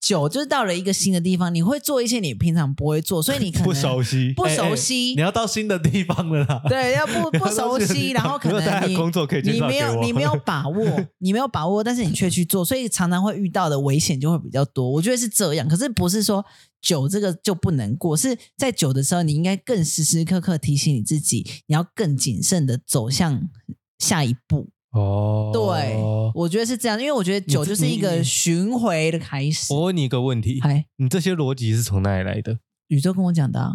B: 酒就是到了一个新的地方，你会做一些你平常不会做，所以你可能
D: 不熟悉，
B: 不
C: 哎哎
B: 熟悉
C: 你。要到新的地方了啦。
B: 对，要不不熟
D: *laughs*
B: 悉，然后可
D: 如果大家
B: 能
D: 有
B: 你
D: 工作可以介
B: 你
D: 绍
B: 没
D: 给
B: 有
D: 我
B: 你没有把握，你没有把握，但是你却去做，所以常常会遇到的危险就会比较多。我觉得是这样，可是不是说酒这个就不能过，是在酒的时候，你应该更时时刻刻提醒你自己，你要更谨慎的走向下一步。
D: 哦
B: 对，我觉得是这样，因为我觉得酒就是一个巡回的开始。
D: 我问你一个问题，
B: 哎，
D: 你这些逻辑是从哪里来的？
B: *laughs* 宇宙跟我讲的、啊，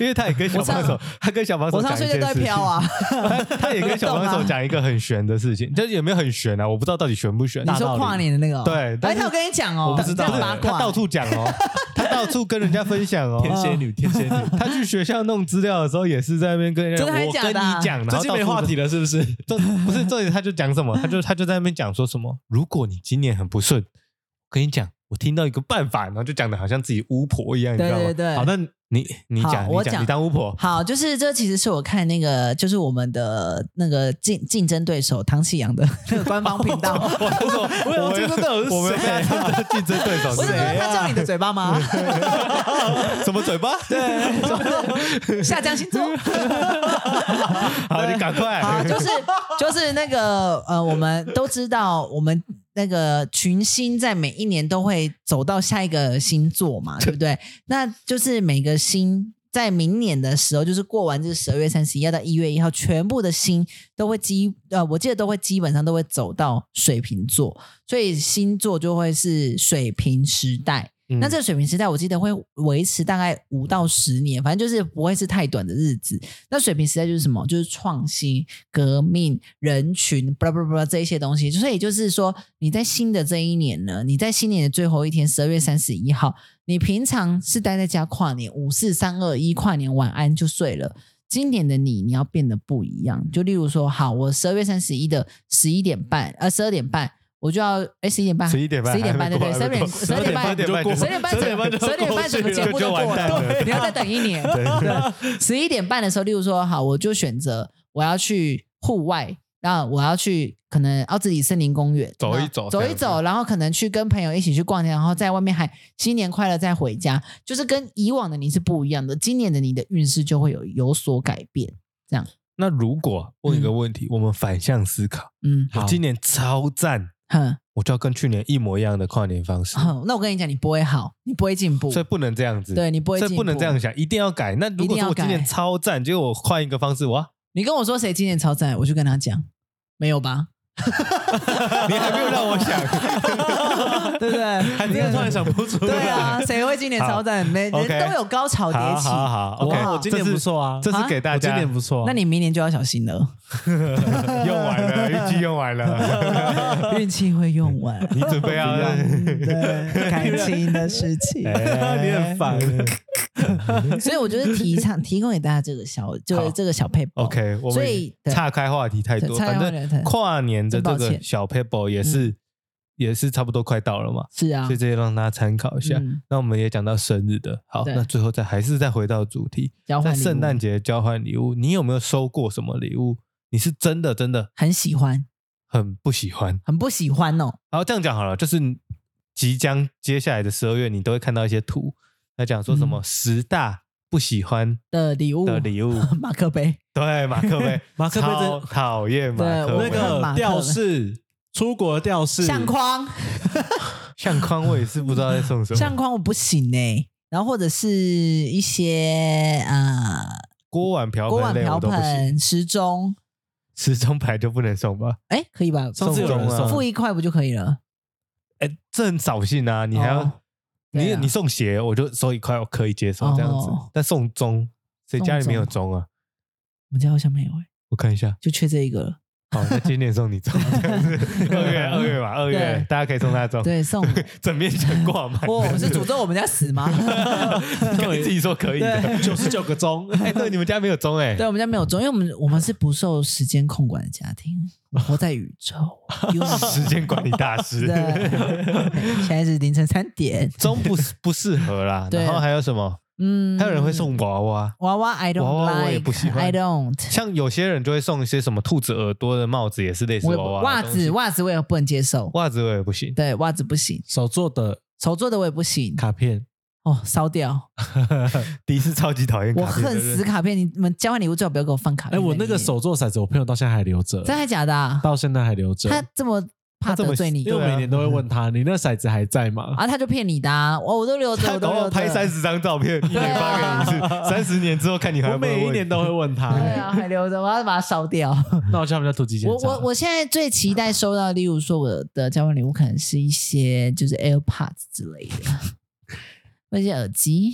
D: 因为他也跟小帮手，他跟小帮手
B: 我
D: 讲
B: 上
D: 一
B: 睡
D: 件
B: 觉
D: 事
B: 都在
D: 情
B: 飘啊。
D: 他他也跟小帮手讲一个很玄的事情，就是有没有很玄啊？我不知道到底玄不玄。
B: 你
D: *laughs* 大道
B: 说
D: 理
B: 跨年的那个、哦，
D: 对但
B: 哎，
D: 是
B: 他有跟你讲哦，
D: 我不知道
B: 这样八
D: 他
B: 卦，
D: 到处讲哦，他到处跟人家分享哦。
C: 天蝎女，天蝎女，
D: 他去学校弄资料的时候，也是在那边跟人家
B: 真的还
D: 我
B: 假
D: 跟
B: 的啊
D: 你讲，然
C: 最
D: 后
C: 近
D: 到
C: 没
D: 处
C: 话
D: 都
C: 题了，是不是？
D: 重不是重点，他就讲什么，他就他就在那边讲说什么，如果你今年很不顺，我跟你讲，我听到一个办法，然后就讲的好像自己巫婆一样，你知
B: 对
D: 道吗
B: 对？对。
D: 好，那你你
B: 好
D: 讲，你
B: 我
D: 讲，
B: 讲
D: 你当
B: *laughs*
D: 巫婆，
B: 好，就是这其实是我看那个，就是我们的那个竞竞争对手唐启阳的那个官方频道。
D: *laughs* 我就说，
C: 我有
D: *laughs* 我
C: 竞争对手是
D: 我们
C: 谁啊
D: 被他竞争对手
B: 我
D: 是
B: 是说，
D: 谁
B: 他
D: 啊？
B: 叫你的嘴巴吗？
D: 什么嘴巴？ *laughs*
B: *laughs*
D: 对，
B: 下降星座。
D: *laughs* 好，你赶
B: 好，
D: 快，
C: *laughs*
B: 就是就是那个呃，我们都知道，我们那个群星在每一年都会走到下一个星座嘛，对不对？那就是每个星在明年的时候，就是过完这十二月三十一要到一月一号，全部的星都会基呃，我记得都会基本上都会走到水瓶座，所以星座就会是水瓶时代。
D: 嗯
B: 那这个水平时代，我记得会维持大概五到十年，反正就是不会是太短的日子。那水平时代就是什么？就是创新、革命、人群，巴拉巴拉巴拉这一些东西。所以就是说，你在新的这一年呢，你在新年的最后一天，十二月三十一号，你平常是待在家跨年，五四三二一跨年晚安就睡了。今年的你，你要变得不一样。就例如说，好，我十二月三十一的十一点半，呃，十二点半，我就要，哎，十一点半，
D: 11点半
B: 十一点半，对
D: 还没
B: 对，十
D: 过
B: 二点，
D: 还没过
B: 十二点半，
D: 12点
B: 十
D: 半
B: 点半，
C: 12点半就
B: 十点半整个节目就
D: 就
B: 过
D: 完蛋
C: *laughs*
D: 了
B: 了，你要再等一年。对， *laughs* 十一点半的时候，例如说，好，我就选择我要去户外，那我要去可能奥地利森林公园
D: 走一走
B: 走一
D: 这样
B: 走，然后可能去跟朋友一起去逛街，然后在外面喊新年快乐再回家，就是跟以往的你是不一样的，今年的你的运势就会有有所改变。
D: 那如果问一个问题，我们反向思考，
B: 嗯，
D: 我今年超赞，
B: 哼，
D: 我就要跟去年一模一样的跨年方式，
B: 哼那我跟你讲，你不会好，你不会进步
D: 所，以不能这样子。
B: 对你不会
D: 所
B: 进
D: 以
B: 步，
D: 不能这样。想，一定要改。那如
B: 一
D: 果
B: 定
D: 说
B: 要
D: 我今年
B: 改
D: 超赞，结果我换一个方式，
C: *laughs*
D: 哇，
B: 你跟我说谁今年超赞，我就跟他讲，没有吧？
D: 你还没有让我想，
B: *laughs*
C: *laughs*
B: 对不对？
C: 还真的突然想不出来。
B: 对啊，谁会今年超赞？每
D: OK
B: 人都有高潮
D: 好
B: 迭起。
D: 好好
C: 哇，
D: ，OK，
C: 我今年
D: 这是
C: 不错啊，
D: 这是
B: 啊
D: 给大
C: 我今
D: 家
C: 年不 *laughs* 错啊。
B: 那你明年就要小心了，
D: *laughs* 用完了，运气用完了，
C: *laughs*
B: 运气会用完。嗯
D: 你准备要 *laughs*
B: 对感情的事情，
D: 哎
B: 嗯
C: 你很烦。
B: 所以我就是提倡提供给大家这个小，就
D: 好
B: 是这个小配
D: OK，我
B: 哦所
D: 们
B: 以对
D: 岔开话题太多，
B: 对岔开
D: 反
B: 话题太
D: 正
B: 多
D: 跨年的这
B: 真抱
D: 个
B: 歉
D: 小 paper 也是也是差不多快到了嘛，
B: 是啊
D: 所以，这些让大家参考一下。
B: 嗯
D: 那我们也讲到生日的，好，
B: 对
D: 那最后再还是再回到主题，
B: 交换
D: 在
B: 礼物
D: 圣诞节交换礼物，你有没有收过什么礼物？你是真的真的
B: 很喜欢，
D: 很不喜欢？
B: 很不喜欢哦。
D: 然后这样讲好了，就是即将接下来的十二月，你都会看到一些图，那讲说什么
B: 嗯
D: 十大不喜欢
B: 的礼物
D: 的礼物，
B: *laughs* 马克杯，
D: 对，马克
B: *laughs*
D: 杯，
C: 马克杯真
D: 超讨厌马
B: 对
D: 克
B: 我们
D: 杯，
C: 那
B: 看马
C: 个
B: 克
C: 吊饰，出国的吊饰，
B: 相框，
D: 相框我也是不知道在送什么，
B: 相框我不行哎、然后或者是一些呃
D: 锅碗瓢
B: 锅
D: 盆
B: 碗
D: 类
B: 瓢
D: 我都不行，
B: 盆、时钟，
D: 时钟牌就不能送吧？
B: 哎，可以吧？
C: 上次
D: 送
C: 有人
D: 钟啊
B: 付
C: 送，
B: 一块不就可以了？
D: 哎，这很扫兴啊！你还要、
B: 哦
D: 你、
B: 对啊
D: 你送鞋，我就收一块，我可以接受这样子。
B: 哦
D: 但送钟，谁家里没有钟啊？
B: 我们家好像没有哎、
D: 我看一下，
B: 就缺这一个了。
D: 好，那今年送你钟，这样子二月二月嘛，二月
B: 对
D: 大家可以送他钟，
B: 对，
D: *laughs*
B: 送
D: 整面墙挂满。
B: 我我是诅咒我们家死吗？ *laughs*
D: 你刚才自己说 *laughs* 可以的，
C: 九十九个钟，
D: 哎，对，你们家没有钟哎、
B: 对，我们家没有钟，因为我们我们是不受时间控管的家庭，我活在宇
D: *laughs*
B: 宙。
D: 时间管理大师 *laughs*
B: 对，，现在是凌晨三点。
D: 钟不不适合啦。
B: 对
D: 然后还有什么？
B: 嗯，
D: 还有人会送娃娃，
B: 娃娃，I
D: 娃
B: don't
D: 娃
B: like，
D: 我也不喜欢
B: I
D: *laughs*
B: don't。
D: 像有些人就会送一些什么兔子耳朵的帽子，也是类似
B: 我
D: 娃
B: 也不
D: 娃的
B: 袜
D: 东
B: 子，
D: 西
B: 袜子我也不能接受。
D: 袜子我也不行。
B: 对，袜子不行，
C: 手做的
B: 手做的我也不行。
C: 卡片，
B: 哦，烧掉！
D: 迪斯超级讨厌
B: 我
D: 卡片的
B: 恨
D: 人
B: 死卡片，你们交换礼物最好不要给我放卡
C: 哎，
B: 片。
C: 我那个，手做骰子，我朋友到现在还留着，
B: 欸真的假的啊？
C: 到现在还留着，
B: 他这么怕
D: 他这么
B: 得罪你
C: 因为我
D: 对啊
C: 每年都会问他，你那骰子还在吗？
B: 啊？他就骗你的啊！我我都留着，
D: 他
B: 我
D: 等
B: 都留
D: 我
B: 着。
D: 拍三十张照片，一年发给你一
B: 啊
D: 次，三十年之后看你还会
C: 我
D: 不会问
C: 每一年都会问他，
B: *laughs* 对啊，还留着，我要把它烧掉。
C: 那我去他们家突击检
B: 我
C: 查。
B: 我我现在最期待收到，例如说我的交换礼物可能是一些就是 AirPods 之类的，或者一些耳机。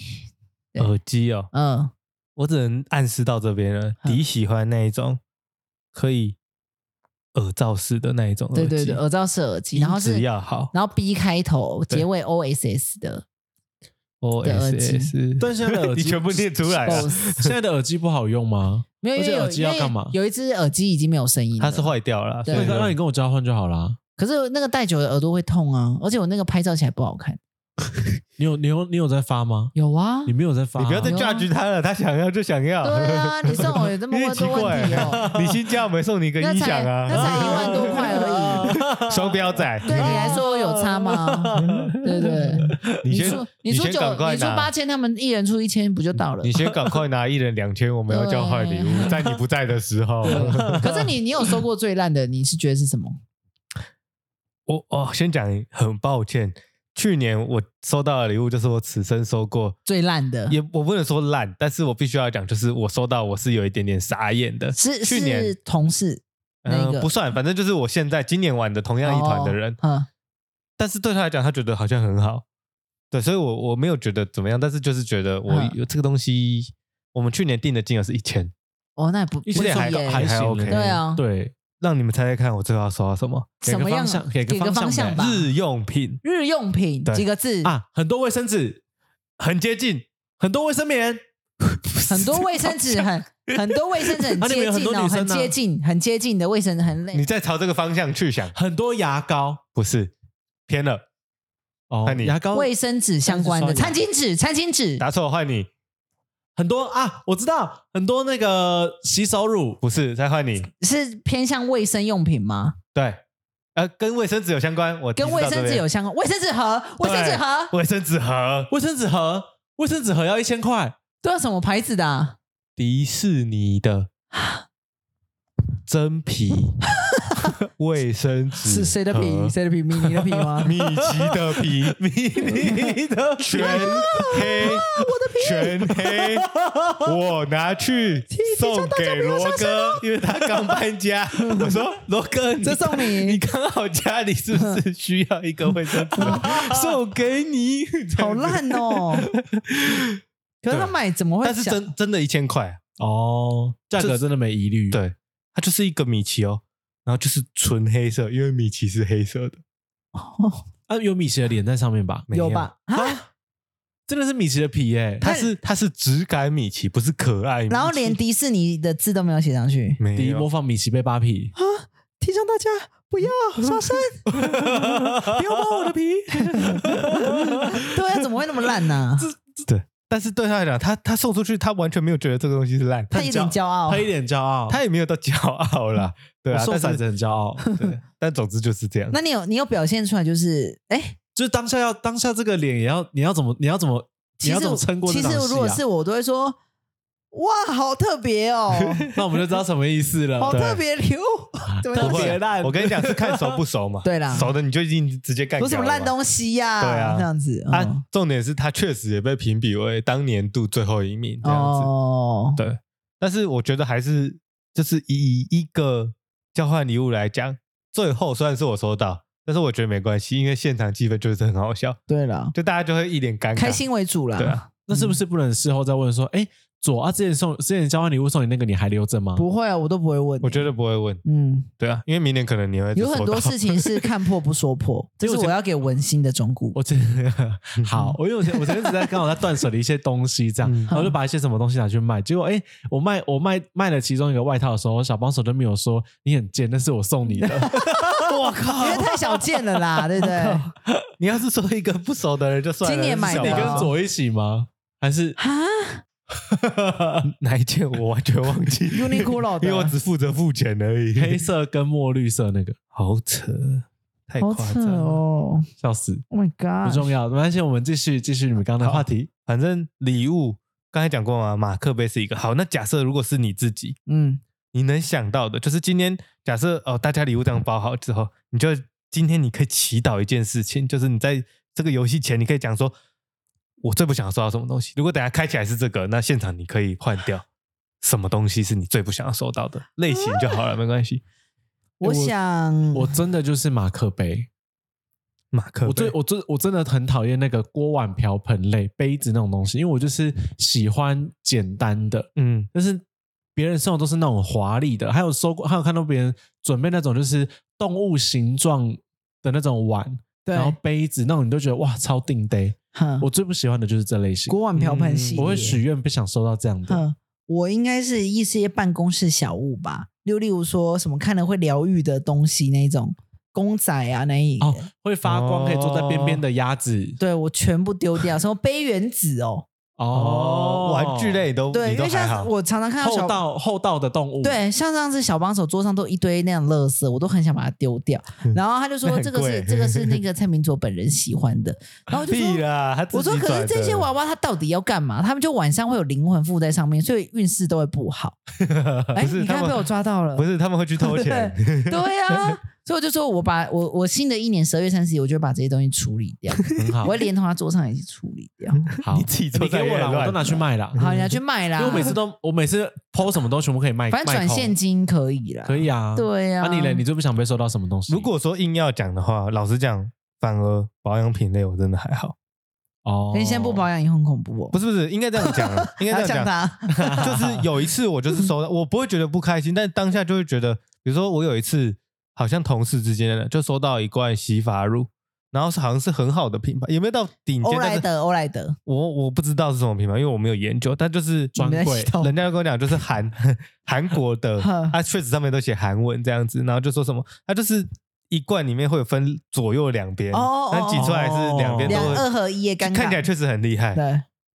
B: 对
D: 耳机哦，
B: 嗯，
D: 我只能暗示到这边了。
B: 嗯
D: 迪喜欢那一种可以耳罩式的那一种耳
B: 对对
D: 机，
B: 对，耳罩式耳机，然后
D: 音质
B: 是
D: 要好
B: 然后 B 开头，
D: 对
B: 结尾 OSS 的
D: ，O
B: 的耳
D: S
B: 机
D: S，
C: 但现
D: *laughs*
C: 在的耳
D: 你
C: 机
D: 全部念出来啊了，
B: BOSS，
C: *laughs* 现在的耳机不好用吗？
B: 没有，因
C: 而且
B: 为有
C: 耳机要
B: 因为
C: 干嘛
B: 有一只耳机已经没有声音了，
D: 它是坏掉了，
B: 对
D: 所
C: 那
D: 以
C: 那
D: 说
C: 你跟我交换就好啦。
B: 可是那个戴久了耳朵会痛啊，而且我那个拍照起来不好看。
C: 你有你有你有在发吗？
B: 有啊
C: 你，没有在发啊，
D: 你不要再
B: 有啊
D: judge 他了，他想要就想要，
B: 对啊，你送我有这么
D: 因
B: 多
D: 为奇
B: 问题哦，
D: 怪， *laughs* 你新家我们送你一个
B: 那
D: 音
B: 才
D: 响啊，
B: 那才一万多块 *laughs* 而已，
D: 已， *laughs* 双标仔，
B: 对你来说有差吗？ *laughs* 对不对，
D: *laughs* 你先
B: 出你出
D: 先
B: 九
D: 赶快
B: 你出
D: 拿
B: 八千，他们一人出一千不就到了
D: 你？先赶快拿一人两千，我们要交换礼物，
B: 对
D: 在你不在的
B: *laughs*
D: 时候。
B: 可是你你有收过最烂的，你是觉得是什么？
D: 我哦，先讲，很抱歉，去年我收到的礼物就是我此生收过，
B: 最烂的
D: 也我不能说烂，但是我必须要讲，就是我收到我是有一点点傻眼的。
B: 是
D: 去年
B: 是同事那
D: 嗯、
B: 个
D: 不算，反正就是我现在今年玩的同样一团的人，
B: 哦
D: 但是对他来讲，他觉得好像很好，对，所以我我没有觉得怎么样，但是就是觉得我
B: 嗯
D: 有这个东西，我们去年定的金额是一千，
B: 嗯哦，那也不
C: 一
B: 不
C: 些
B: 低
D: 还
B: 耶
C: 还
D: 还
C: 行
D: OK
B: 对啊
C: 对，
D: 让你们猜猜看，我最后要收到什么？
C: 给
B: 什
C: 个
B: 么样
C: 方
B: 啊
C: 向，？给
B: 给个
C: 方
B: 方
C: 向
B: 向
C: 吧
B: 吧
D: 日用品
B: 日用品
D: 对
B: 几个字
C: 啊，很多卫生纸，
D: 很接近，
C: 很多卫生棉，
B: 很多卫生纸很很多卫生纸很
D: *laughs*
C: 啊你们
B: 接
C: 有很多
B: 近哦，
C: 女
B: 很
C: 生啊
B: 接近很接近的卫生纸很累
D: 你。再朝这个方向去想，
C: 很多牙膏
D: 不是偏了。
C: 哦
D: 那，你
C: 牙膏
B: 卫生纸相关的
C: 但
B: 餐
C: 是
B: 巾纸，餐巾纸
D: 答错换你，
C: 很多啊，我知道很多那个洗手乳，
D: 不是再换你，
B: 是偏向卫生用品吗？
D: 对，呃，跟卫生纸有相关，我
B: 跟
D: 提示
B: 卫
D: 到
B: 生
D: 这
B: 纸
D: 边
B: 有相关？卫生纸盒，卫生纸盒
D: 对卫生纸盒，
C: 卫生纸盒，卫生纸盒要一千块，
B: 都有什么牌子的啊？
D: 迪士尼的真皮
B: *laughs*
D: 卫生纸
B: 是谁的
D: 盒
B: 皮？谁的皮？米妮的皮吗？
D: *laughs* 米奇的皮，
B: *laughs*
D: 米
C: 你的
D: 全黑，全
B: *laughs*
D: 黑，我拿去送给罗哥，因为他
B: *laughs*
D: 刚 *laughs* 搬家。我说罗哥，你
B: 这送你
D: *laughs* 你刚好家里是
B: *laughs*
D: 不是需要一个卫生纸？送给你，
B: 好烂哦！可是他买怎么会
D: 但
B: 想？
D: 是真真的一千块啊，
C: 哦，价格真的没疑虑，，
D: 对，它就是一个米奇哦，然后就是纯黑色，因为米奇是黑色的，
C: 啊，有米奇的脸在上面吧？
B: *laughs*
D: 没
B: 有吧？啊，
C: 真的是米奇的皮耶，
D: 它是它是质感米奇，不是可爱米奇。
B: 然后连迪士尼的字都没有写上去。哦
D: 没
C: 第一
D: 有
C: 模仿米奇被扒皮，
B: 提倡大家
C: 不要杀生，不要摸我的皮。
B: 对啊，怎么会那么烂呢、
D: 但是对他来讲，他他送出去，他完全没有觉得这个东西是烂，
B: 他有点骄傲
C: 他，一脸骄傲，
D: 他也没有到骄傲
B: *laughs*
D: 啦，对
C: 我
D: 啊，
C: 送
D: 但
C: 伞
D: 是
C: 子很骄傲，
D: *laughs* 对但总之就是这样。
B: 那你有你有表现出来，就是哎、
C: 就是当下要当下这个脸也要你要怎么你要怎么你
B: 其
C: 要
B: 实
C: 怎么撑过这
B: 其
C: 场
B: 实
C: 戏啊？
B: 如果是我，我都会说哇，好特别哦，
C: 那我们就知道什么意思了。
B: 好
C: 对
B: 特别流，怎么
C: 特
D: 不
C: 别
D: 会
B: 样？
C: 烂
D: 我跟你
B: *laughs*
D: 讲是看熟不熟嘛，
B: 对啦
D: 熟的你就已经直接干掉
B: 有什
D: 了嘛。
B: 么烂东西呀、
D: 啊对啊
B: 这样子
D: 啊
B: 嗯，
D: 重点是他确实也被评比为当年度最后一名这样子。
B: 哦，
D: 对，但是我觉得还是就是以一个交换礼物来讲，最后虽然是我收到，但是我觉得没关系，因为现场气氛就是很好笑，
B: 对了，
D: 就大家就会一脸尴尬，
B: 开心为主啦。
D: 对啊
C: 那是不是不能事后再问说，哎，左啊，之前送之前交换礼物送你那个你还留着吗？
B: 不会啊，我都不会问。
D: 我觉得不会问，
B: 嗯，
D: 对啊，因为明年可能你会
B: 有很多事情是看破不说 *laughs* 破，这是我要给文心的忠告。
C: 我前 *laughs* 好，我因为我前我前阵子在刚好在断舍离一些东西，这样，
D: 嗯
C: 然后我就把一些什么东西拿去卖，结果哎、我卖我卖卖了其中一个外套的时候，小帮手就没有说你很贱，那是我送
D: *laughs*
C: 你的，
D: 我靠
B: 因为太小见了 *laughs* 啦，对不对？
D: 你要是说一个不熟的人就算了，
B: 今年买
D: 是
B: 的
D: 小朋
C: 你
D: 友
C: 跟左一起吗？
D: *laughs*
C: 还是
B: 啊
C: *laughs*
D: 哪一件我完全忘记
B: *laughs* ，Uniqlo 的
D: 因为我只负责付钱而已，
C: 黑色跟墨绿色那个？
D: 好扯，太
B: 好
D: 夸
B: 扯
D: 张了。
B: 哦
C: 笑死，
B: ！Oh my
C: 不
B: god！
C: 重
D: 哎
C: 要，没关系，我们继续继续你们刚刚的话题。
D: 反正礼物刚才讲过嘛，马克杯是一个好。那假设如果是你自己，
B: 嗯，
D: 你能想到的，就是今天假设哦，大家礼物这样包好之后，你就今天你可以祈祷一件事情，就是你在这个游戏前，你可以讲说，我最不想要收到什么东西。如果等下开起来是这个，那现场你可以换掉什么东西是你最不想要收到的类型就好了，没关系。
B: 我想
C: 我真的就是马克杯，
D: 嗯马克杯，
C: 我最我最我真的很讨厌那个锅碗瓢盆类杯子那种东西，因为我就是喜欢简单的，
D: 嗯，
C: 但是别人送的都是那种华丽的，还有收过，还有看到别人准备那种就是动物形状的那种碗，
B: 对
C: 然，后杯子那种，你都觉得哇超定呆。
B: 哼
C: 我最不喜欢的就是这类型，
B: 锅碗瓢盆
D: 嗯
B: 系列，
C: 我会许愿不想收到这样的。
B: 嗯，我应该是一些办公室小物吧，就例如说什么看了会疗愈的东西那一种，公仔啊那一。
C: 哦，会发光，
D: 哦
C: 可以坐在边边的鸭子。
B: 对，我全部丢掉，什么杯原子哦，
D: 哦，玩具，类都
B: 对，
D: 你
B: 因
D: 都
B: 为
D: 还好
B: 像，我常常看到
C: 厚
B: 小
C: 道厚道的动物。，
B: 对，像上次小帮手桌上都一堆那样垃圾，我都很想把它丢掉。然后他就
D: 嗯那
B: 说
D: 很
B: 这个是
D: 贵
B: 这个是那个蔡明卓本人喜欢
D: *laughs*
B: 的，然后我就
D: 屁
B: 说。
D: 啦，他自己
B: 我说，可
D: 转
B: 是
D: 的
B: 这些娃娃它到底要干嘛？他们就晚上会有灵魂附在上面，所以运势都会不好。哎，
D: 啊 *laughs* 不是
B: 你
D: 他
B: 看
D: 们
B: 被我抓到了，
D: 不是他们会去偷钱，
B: 对啊，所以我就说我把我我新的一年十二月三十一，我就把这些东西处理
D: *laughs*
B: 掉，
C: 很嗯好
B: 我。会连同他桌上一起处理掉。
D: *laughs*
C: 好，哎
D: 你自己做
C: 你给
D: 菜也
C: 我啦，
D: 很乱
C: 我都拿去卖
D: 嗯
C: 啦。
B: 好，你要去卖
C: 因
B: 啦。
C: 为我每次都我每次剖什么都全部可以卖，
B: 反正
C: 卖
B: 转
C: 空
B: 现金可以啦。
C: 可以啊。
B: 对啊
C: 那你嘞，你最不想被收到什么东西？
D: 如果说硬要讲的话，老实讲，反而保养品类我真的还好。
C: 哦
B: 可，你现在不保养也很恐怖哦。
D: *laughs* 不是不是，应该这样讲 *laughs* 啊，应该
B: 要
D: 这
B: 呛
D: 样
B: 他。
D: 讲。就是有一次我就是收到，我不会觉得不开心，但当下就会觉得，比如说我有一次好像同事之间的就收到一罐洗发乳，然后是好像是很好的品牌，有没有到顶
B: 欧
D: 尖？
B: 莱
D: 但是
B: 德，欧莱德，
D: 我我不知道是什么品牌，因为我没有研究，但就是
C: 专
B: 你们在
C: 柜
B: 洗 *laughs* 头
D: 人家就跟我讲，就是韩韩国
B: *laughs*
D: 的
B: 哼，
D: 它确实上面都写韩文这样子，然后就说什么，它就是一罐里面会有分左右两边，
B: 哦哦
D: 但挤出来是两边都
B: 两
D: 会
B: 二合一耶，尴尬。
D: 看起来确实很厉害，
B: 对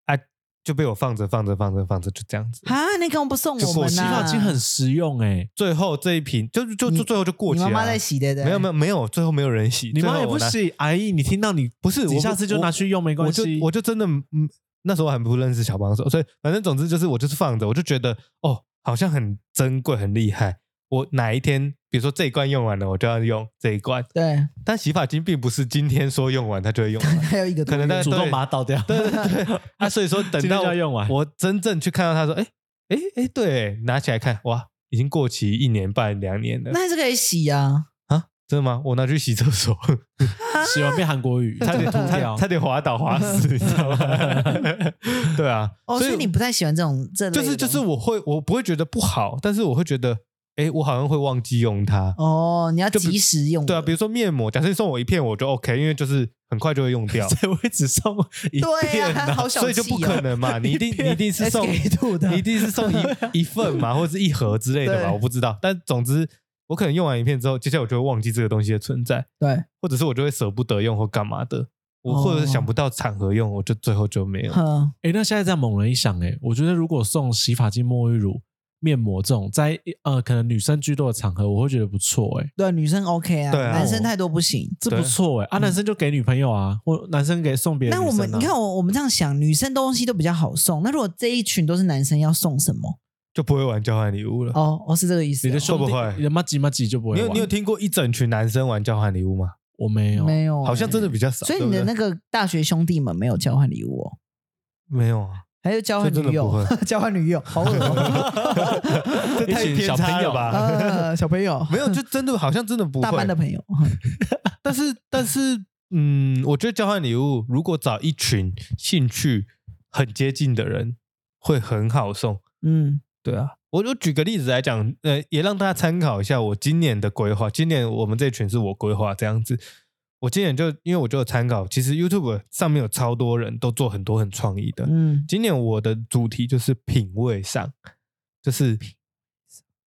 D: 啊，就被我放着放着放着放着就这样子，
B: 啊，你干嘛不送
D: 就
B: 我
D: 过
B: 们啊
D: 期
B: 呢？
C: 洗发精很实用哎、
D: 最后这一瓶就就
B: 你
D: 就最后就过期
B: 你
D: 了啊，
B: 妈妈在洗的，欸对不对
D: 没有没有没有，最后没有人洗，
C: 你妈
D: 最
C: 也
D: 后
C: 不
D: 我拿，
C: 洗，阿姨，你听到你
D: 不是，
C: 你
D: 我
C: 下
D: 不
C: 次就
D: 我
C: 拿去用没关系
D: 我就我就真的嗯，那时候还不认识小帮手，所以反正总之就是我就是放着，我就觉得哦，好像很珍贵很厉害。我哪一天，比如说这一罐用完了，我就要用这一罐。
B: 对，
D: 但洗发精并不是今天说用完它就会用完， *laughs*
B: 还有一个
D: 可能大概
C: 主动把它倒掉。
D: 对对对啊，所以说等
C: 今天
D: 到
C: 就要用完
D: 我真正去看到它说，哎哎哎，对，拿起来看，哇，已经过期一年半两年了
B: 那还是可以洗啊。
D: 啊，真的吗？我拿去洗厕所，
C: *laughs* 洗完变韩国语，差点吐哦掉
D: 差。差点滑倒滑死，你知道吗？ *laughs* 对啊，
B: 哦，所以你不太喜欢这种这类的
D: 就是就是我会我不会觉得不好，但是我会觉得，哎，我好像会忘记用它。
B: 哦，你要
D: 就比
B: 及时用。
D: 对啊，比如说面膜，假设你送我一片，我就 OK，因为就是很快就会用掉，
C: 对，我也只送一
B: *laughs* 对
C: 片
B: 啊，
C: 啊。
B: 好小气
D: 所
B: 哦
D: 以就不可能
B: *laughs*
D: 嘛。你一定你一定是送，
B: SK-two 的 *laughs*
D: 你一定是送一一份嘛，或者是一盒之类的
B: 对
D: 吧，我不知道。但总之我可能用完一片之后，接下来我就会忘记这个东西的存在，
B: 对，
D: 或者是我就会舍不得用或干嘛的，我或者是想
B: 哦
D: 不到场合用，我就最后就没有。
B: 呵，
C: 哎，那现在这样猛然一想，哎，我觉得如果送洗发精、沐浴乳、面膜这种，在呃可能女生居多的场合，我会觉得不错，哎，
B: 对，女生 OK 啊，
D: 对啊
B: 男生太多不行。
C: 这
D: 对嗯
C: 不错哎，啊，男生就给女朋友啊，或男生啊给送别人。
B: 那我们
D: 啊
B: 你看，我我们这样想，女生东西都比较好送。那如果这一群都是男生，要送什么？
D: 就不会玩交换礼物了。
B: 哦，哦，是这个意思哦、
C: 你的兄弟
D: 会不会
C: 你的妈吉妈吉就不会
D: 你
C: 玩。
D: 有你有听过一整群男生玩交换礼物吗？
C: 我没有，
B: 没有、
D: 好像真的
B: 欸。
D: 比较少。
B: 所以你的
D: 对不
B: 那
D: 对
B: 个大学兄弟们没有交换礼物哦，
D: 没有啊？
B: 还有交换哦
D: 这
B: 女
D: 真的不
B: 友
D: *laughs* 会，
B: *laughs* 交换女友，好恶 *laughs*
D: 啊
B: 哦
D: 这太
C: 一群小
D: 偏
C: 朋
D: 差
C: 友
D: 了吧？
B: 呃，小朋友，
D: 没有，就真的好像真的不会。
B: 大班的朋友，
D: 但是但是，嗯，我觉得交换礼物如果找一群兴趣很接近的人，会很好送。
B: 嗯，
D: 对啊，我就举个例子来讲，呃，也让大家参考一下我今年的规划。今年我们这群是我规划这样子，我今年就因为我就有参考，其实 YouTube 上面有超多人都做很多很创意的。
B: 嗯，
D: 今年我的主题就是品味上，就是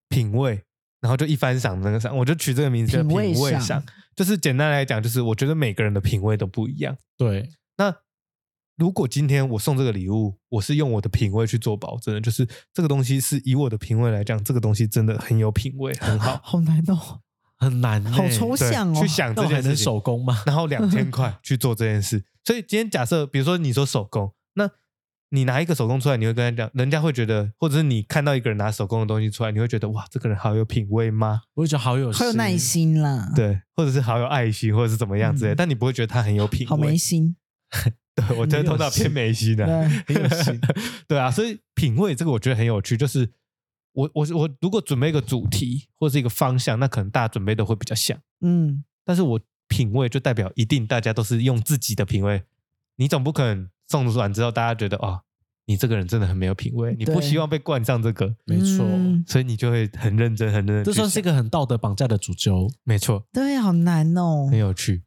D: 品味，然后就一番赏那个赏，我就取这个名字叫
B: 品
D: 品
B: 味
D: 味
B: 赏
D: 赏。就是简单来讲，就是我觉得每个人的品味都不一样。
C: 对，
D: 那如果今天我送这个礼物，我是用我的品味去做保证的，就是这个东西是以我的品味来讲，这个东西真的很有品味，很 *laughs* 好。
B: 好难哦，
C: 很难欸，
B: 好抽
D: 对
B: 象哦，
D: 去想这
C: 那我还
D: 件事
C: 能
D: 情
C: 手
B: *laughs*
C: 工吗？
D: 然后两千块去做这件事。所以今天假设，比如说你说手工，那你拿一个手工出来，你会跟他讲，人家会觉得，或者是你看到一个人拿手工的东西出来，你会觉得哇，这个人好有品味吗？
C: 我就觉得好有
B: 好有耐，心啦，，
D: 对，或者是好有爱心，或者是怎么样之类，
B: 嗯
D: 但你不会觉得他很有品
B: 好
D: 味
B: 没。心，
D: *laughs* 对，我觉得
C: 很有
D: 通常偏
C: 心
D: 没心的、
B: 对，
C: 很有
D: *laughs*
C: 心。
D: 对啊，所以品味这个我觉得很有趣，就是我我我如果准备一个主题或是一个方向，那可能大家准备的会比较像，
B: 嗯，
D: 但是我品味就代表一定大家都是用自己的品味，你总不可能送完之后大家觉得哦，你这个人真的很没有品味，你不
B: 对
D: 希望被冠上这个，
C: 没错
B: 嗯
D: *laughs* 所以你就会很认真很认真地去
C: 这
D: 想，
C: 算是一个很道德绑架的主
D: *laughs*
C: 揪。
D: 没错，
B: 对，好难哦
D: 很，有趣。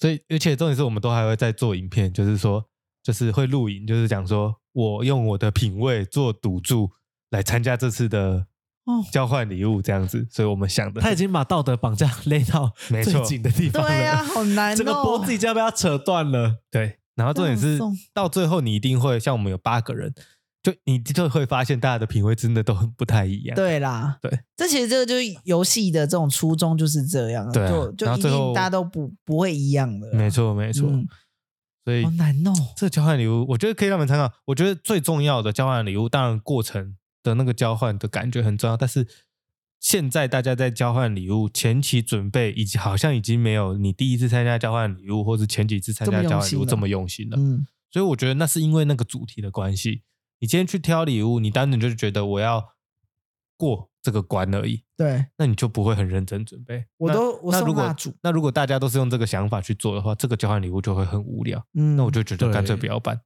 D: 所以而且重点是我们都还会在做影片，就是说就是会录影，就是讲说我用我的品味做赌注来参加这次的
B: 哦
D: 交换礼物这样子，所以我们想的
C: 他已经把道德绑架勒到
D: 没
C: 最
D: 错
C: 紧的地方了，
B: 对啊，好
D: *laughs*
B: 难哦，
C: 这个脖子已经要被他扯断了。
D: 对。然后重点是
B: 这样送
D: 到最后你一定会像我们有八个人，就你就会发现大家的品味真的都很不太一样。
B: 对啦，
D: *laughs* 对，
B: 这其实这个就是游戏的这种初衷就是这样，
D: 对啊
B: 就就
D: 然
B: 一
D: 后最
B: 定
D: 后
B: 大家都不不会一样的，
D: 没错没错。
B: 嗯
D: 所以
B: 好难哦，
D: 这个交换礼物，我觉得可以让你们参考。我觉得最重要的交换礼物，当然过程的那个交换的感觉很重要，但是现在大家在交换礼物前期准备，以及好像已经没有你第一次参加交换礼物，或是前几次参加交换礼物
B: 这
D: 这
B: 么
D: 么用心了。
B: 嗯，
D: 所以我觉得那是因为那个主题的关系。你今天去挑礼物，你单纯就是觉得我要过这个关而已，
B: 对
D: 那你就不会很认真准备。
B: 我
D: 那
B: 都我
D: 那
B: 送
D: 如果
B: 蜡烛，
D: 那如果大家都是用这个想法去做的话，这个交换礼物就会很无聊。
B: 嗯，
D: 那我就觉得
C: 对
D: 干脆不要办。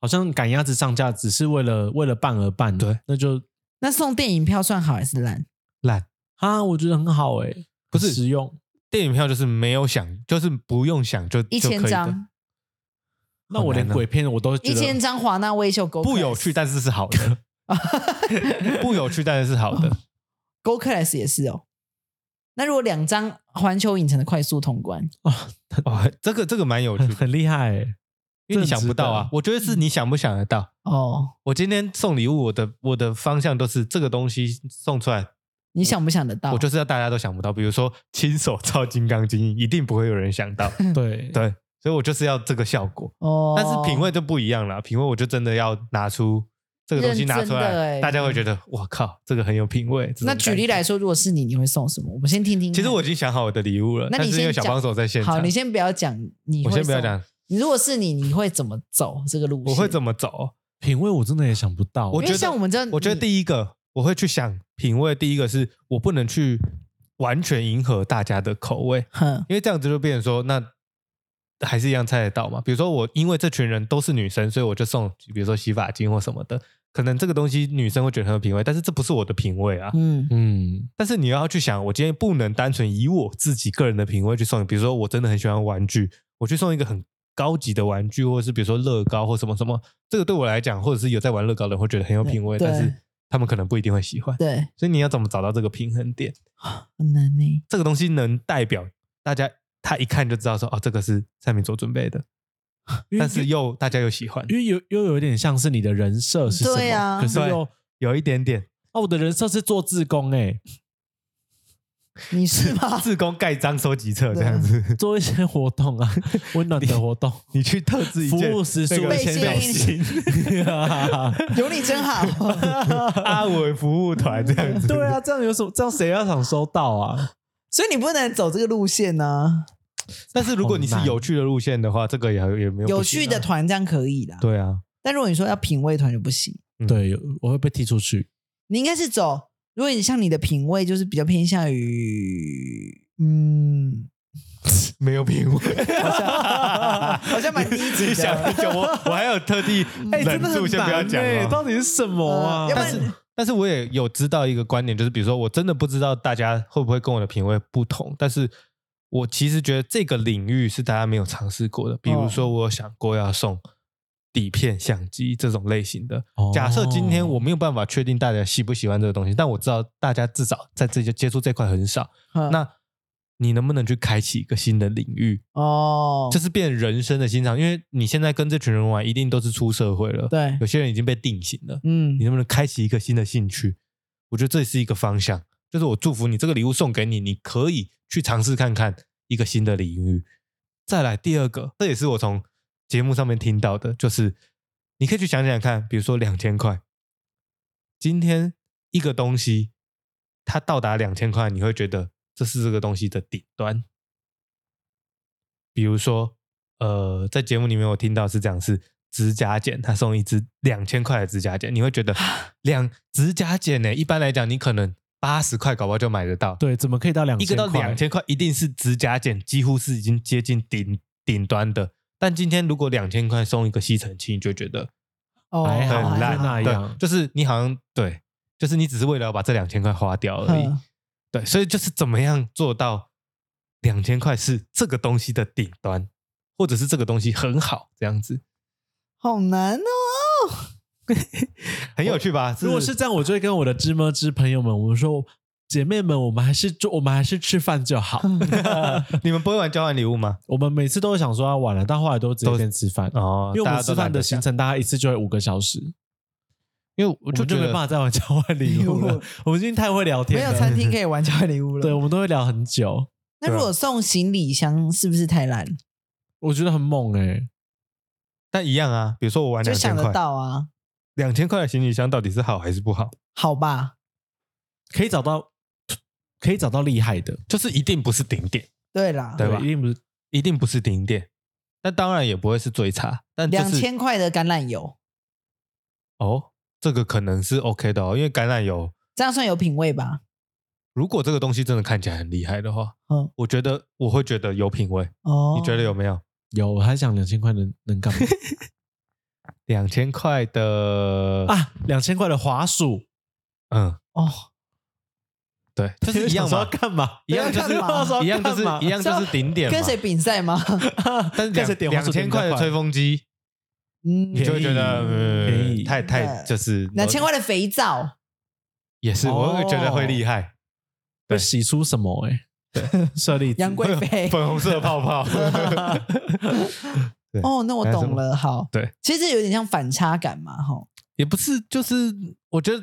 C: 好像赶鸭子上架只是为了为了办而办，
D: 对，
C: 那就
B: 那送电影票算好还是烂？
D: 烂。
C: 啊，我觉得很好哎、
D: 不是
C: 很实用。
D: 电影票就是没有想，就是不用想就
B: 一千，
D: 就可以的
B: 张，
C: 那我连
D: 好难哦
C: 鬼片我都觉
B: 一
C: 得
B: 千张华纳微秀 Go
D: 不有趣，但是是好的，不有趣但是是好
B: *laughs*
D: 的。
B: *laughs* Go Class 也是哦。那如果两张环球影城的快速通关，
D: 哦，这个这个蛮有趣
C: 很
B: *laughs*
D: 的，
C: 很厉害、欸，
D: 因为你想不到啊。我觉得是你想不想得到。
B: 嗯哦，
D: 我今天送礼物，我的我的方向都是这个东西送出来，
B: 你想不想得到？
D: 我就是要大家都想不到。比如说亲手造金刚经，一定不会有人想到。
C: 真值得对
D: 对，所以我就是要这个效果。
B: 嗯哦，
D: 但是品味就不一样了，品味我就真的要拿出这个东西拿出
B: 认真的欸
D: 来，大家会觉得哇靠，这个很有品味。这种
B: 那
D: 感觉
B: 举例来说，如果是你，你会送什么？我们先听听看。
D: 其实我已经想好我的礼物了，
B: 那你
D: 但是因为
B: 先讲
D: 小帮手在现场，
B: 好，你先不要讲，你
D: 我
B: 会
D: 先不要
B: 送。
D: 讲，
B: 你如果是你，你会怎么走这个路线？
D: 我会怎
B: 么？
D: 么走。
C: 品味我真的也想不到、
D: 我
B: 因为
D: 觉得
B: 像我们这，
D: 我觉得
B: 你
D: 第一个我会去想品味，第一个是我不能去完全迎合大家的口味，
B: 哼，
D: 因为这样子就变成说那。还是一样猜得到嘛？比如说我，因为这群人都是女生，所以我就送，比如说洗发精或什么的。可能这个东西女生会觉得很有品味，但是这不是我的品味啊。
B: 嗯
C: 嗯，
D: 但是你要去想，我今天不能单纯以我自己个人的品味去送你，比如说我真的很喜欢玩具，我去送一个很高级的玩具，或者是比如说乐高或什么什么，这个对我来讲，或者是有在玩乐高的人会觉得很有品味，
B: 对
D: 但是他们可能不一定会喜欢。
B: 对，
D: 所以你要怎么找到这个平衡点？
B: 很难呢。
D: 这个东西能代表大家，他一看就知道说，哦，这个是蔡明所准备的，
C: 因为
D: 但是又大家又喜欢，
C: 因为有又有一点像是你的人设是什么，
B: 对啊
C: 可是又
D: 有一点点
C: 哦，我的人设是做志工哎、
B: 你是
C: 啊
B: 吗？
D: 自工盖章收集 *laughs* 册这样子，
C: 做一些活动 *laughs* 啊，温暖的活动，
D: 你去特制一
C: 服
D: 件
C: 务时数
D: 那个
C: 一千
B: 背
C: 两
B: 心
C: 心， *laughs*
B: 有你真
D: *laughs*
B: 好。
D: 阿伟服务团这样子，
C: 对啊，这样有什么？这样谁要想收到啊？
B: 所以你不能走这个路线啊呢、
D: 但是如果你是有趣的路线的话，这个也也没有
B: 有
D: 不行啊
B: 趣的，团这样可以的，
D: 对啊，
B: 但如果你说要品味团就不行，
D: 嗯
C: 对，有我会被踢出去。
B: 你应该是走。如果你像你的品味就是比较偏向于，嗯，
D: 没有品味，
B: 好
C: *laughs*
B: 像好像蛮低级
D: *laughs* 你想
B: 的
D: 很。久，我我还有特地
C: 哎、
D: 忍
C: 真的很
D: 住先不要
C: 难
D: 讲
C: 欸
D: 哦
C: 到底是什么啊？
B: 呃要不
D: 但
B: 然
D: 是，但是我也有知道一个观点，就是比如说，我真的不知道大家会不会跟我的品味不同，但是我其实觉得这个领域是大家没有尝试过
B: 哦
D: 的。比如说，我有想过要送底片相机这种类型的。
C: 哦
D: 假设今天我没有办法确定大家喜不喜欢这个东西，但我知道大家至少在这些接触这块很少。
B: 嗯
D: 那你能不能去开启一个新的领域，
B: 哦，
D: 就是变人生的欣赏？因为你现在跟这群人玩，一定都是出社会了，
B: 对
D: 有些人已经被定型了。
B: 嗯
D: 你，能不能开启一个新的兴趣？我觉得这是一个方向，就是我祝福你这个礼物送给你，你可以去尝试看看一个新的领域。再来第二个，这也是我从节目上面听到的，就是你可以去想想看，比如说两千块，今天一个东西它到达两千块，你会觉得这是这个东西的顶端。比如说，呃，在节目里面我听到是这样，是指甲剪，他送一支两千块的指甲剪，你会觉得两指甲剪欸呢、一般来讲你可能八十块搞不好就买得到，，
C: 对，怎么可以到两
D: 一个到两
C: 两，
D: 千块一定是指甲剪，几乎是已经接近顶顶端的。但今天如果两千块送一个吸尘器，你就觉得
B: 哦，
C: 还
D: 很
C: 好还
D: 烂，啊
C: 是那样
D: 对，就是你好像对，就是你只是为了要把这两千块花掉而已
B: 嗯，
D: 对，所以就是怎么样做到两千块是这个东西的顶端，或者是这个东西很好这样子，
B: 好难哦。
D: 很有趣吧？
C: 哦如果是这样，我就会跟我的知么知朋友们，我们说姐妹们，我们还是做，我们还是吃饭
D: *laughs*
C: 就好。
D: 你们不会玩交换礼物吗？
C: 我们每次都会想说要晚了，但后来都直接先吃饭，
D: 哦
C: 因为我
D: 大
C: 们
D: 家都
C: 吃饭
D: 懒得
C: 的行
D: 想
C: 程大概一次就会五个小时，
D: 因为我
C: 我
D: 就
C: 们就
D: 觉
C: 没
D: 得哎
C: 办法再玩交换礼
D: *laughs*
C: 物
B: 礼
C: 了
B: 物。
C: 我们今天太会聊
B: 没
C: 天
B: 有
C: 了，
B: 餐厅可以玩交换礼物了。
C: 对，我们都会聊很久，
D: 啊
B: 那如果送行李箱是不是太烂？
C: 我觉得很猛
D: 欸
C: 哎。
D: 但一样啊。比如说我玩
B: 就
D: 两
B: 想
D: 千
B: 得
D: 块，
B: 到啊，
D: 两千块的行李箱到底是好还是不好？
B: 好吧？
C: 可以找到，可以找到厉害的，
D: 就是一定不是顶点，
B: 对啦，
D: 对吧
C: 一定不是
D: 一定不是顶点。但当然也不会是最差，但就
B: 两
D: 是
B: 千块的橄榄油，
D: 哦，这个可能是 OK 的哦，因为橄榄油
B: 这样算有品味吧？
D: 如果这个东西真的看起来很厉害的话，
B: 嗯，
D: 我觉得我会觉得有品味。
B: 哦，
D: 你觉得有？没有？
C: 有。我还想两千块能能干
D: *laughs*
C: 嘛
D: 两千块的，
C: 啊？两千块的滑鼠，
D: 嗯，
B: 哦，
D: 对，就是一样
C: 说要
D: 嘛，
C: 干嘛？
D: 一样就是
B: 要干嘛
C: *laughs* 说要
D: 一样就
C: 干
D: 是
C: 嘛啊
D: 一样
C: *laughs*
D: 就是顶点嘛
B: 跟谁比赛吗？
D: 但是
C: 开始
D: 两
C: 点
D: 两千块的吹风机，
B: 嗯，
D: 你就会觉得
C: 便宜
D: 嗯太太就是
B: 两千块的肥
D: *laughs*
B: 皂，
D: 也是，我会觉得会厉害，
C: 会洗出什么、欸？哎，舍利子
B: 杨贵
D: *laughs*
B: 妃。
D: 粉红色的泡泡，对
B: 哦，那我懂了。好，
D: 对，
B: 其实这有点像反差感嘛，哈。
D: 也不是，就是我觉得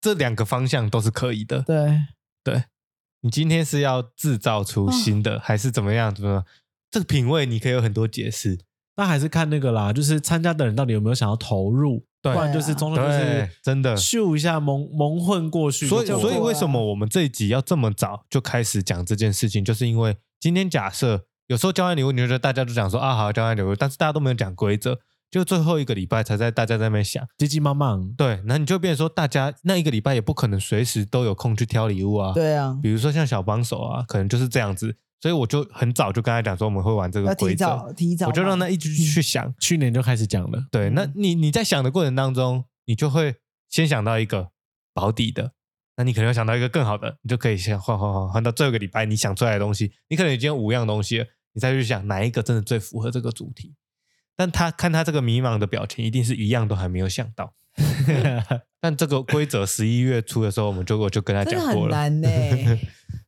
D: 这两个方向都是可以的。
B: 对，
D: 你今天是要制造
B: 嗯
D: 出新的，还是怎么样？怎么样？这个品味你可以有很多解释，
C: *laughs* 那还是看那个啦，就是参加的人到底有没有想要投入，
D: 对
C: 不然就是中间
D: 对，
C: 就
D: 真的
C: 是。咻一下蒙蒙混过去就
D: 嗯所
C: 过
D: 以，
C: 了。
D: 所以
B: 过啊
D: 为
B: 了
D: 什么我们这一集要这么早就开始讲这件事情？就是因为今天假设有时候交换礼物，你就觉得大家都讲说啊好交换礼物，但是大家都没有讲规则，就最后一个礼拜才在大家在那边想。
C: 急急忙忙，
D: 对，那你就变成说，大家那一个礼拜也不可能随时都有空去挑礼物啊。，
B: 对啊，
D: 比如说像小帮手啊，可能就是这样子。所以我就很早就跟他讲说我们会玩这
B: 要
D: 个
B: 提
D: 规
B: 早
D: 则，
B: 提早吧，嗯
D: 我就让他一直去想。
C: 去年就开始讲了，
D: 对，那你你在想的过程当中，你就会先想到一个保底的，那你可能要想到一个更好的，你就可以先换换换换到最后一个礼拜你想出来的东西，你可能已经有五样东西了，你再去想哪一个真的最符合这个主题。但他看他这个迷茫的表情，一定是一样都还没有想到， *laughs* 但这个规则十一月初的时候，我们就我就跟他
B: 真
D: 讲
B: 的
D: 过
B: 很
D: 了， *laughs*
B: 难呢、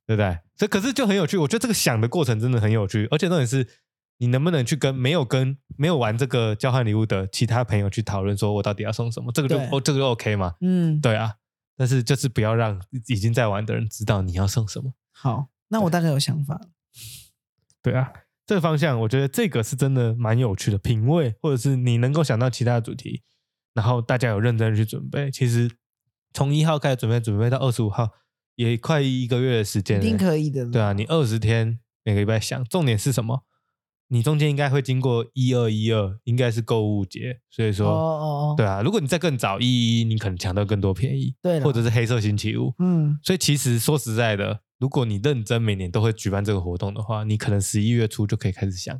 D: 对不对？这可是就很有趣，我觉得这个想的过程真的很有趣，而且重点是你能不能去跟没有跟没有玩这个交换礼物的其他朋友去讨论，说我到底要送什么？这个就
B: 对
D: 哦，这个就 OK 嘛？
B: 嗯，
D: 对啊，但是就是不要让已经在玩的人知道你要送什么。
B: 好，那我大概有想法了。
D: 对啊，这个方向我觉得这个是真的蛮有趣的，品味或者是你能够想到其他的主题，然后大家有认真去准备。其实从一号开始准备，准备到二十五号，也快一个月的时间
B: 一
D: 了，
B: 定可以的。
D: 对啊，你二十天每个礼拜想，重点是什么？你中间应该会经过一二一二，应该是购物节，所以说，
B: 哦哦哦
D: 对啊，如果你再更早一一，你可能抢到更多便宜，
B: 对啦
D: 或者是黑色星期五，
B: 嗯，
D: 所以其实说实在的，如果你认真每年都会举办这个活动的话，你可能十一月初就可以开始想，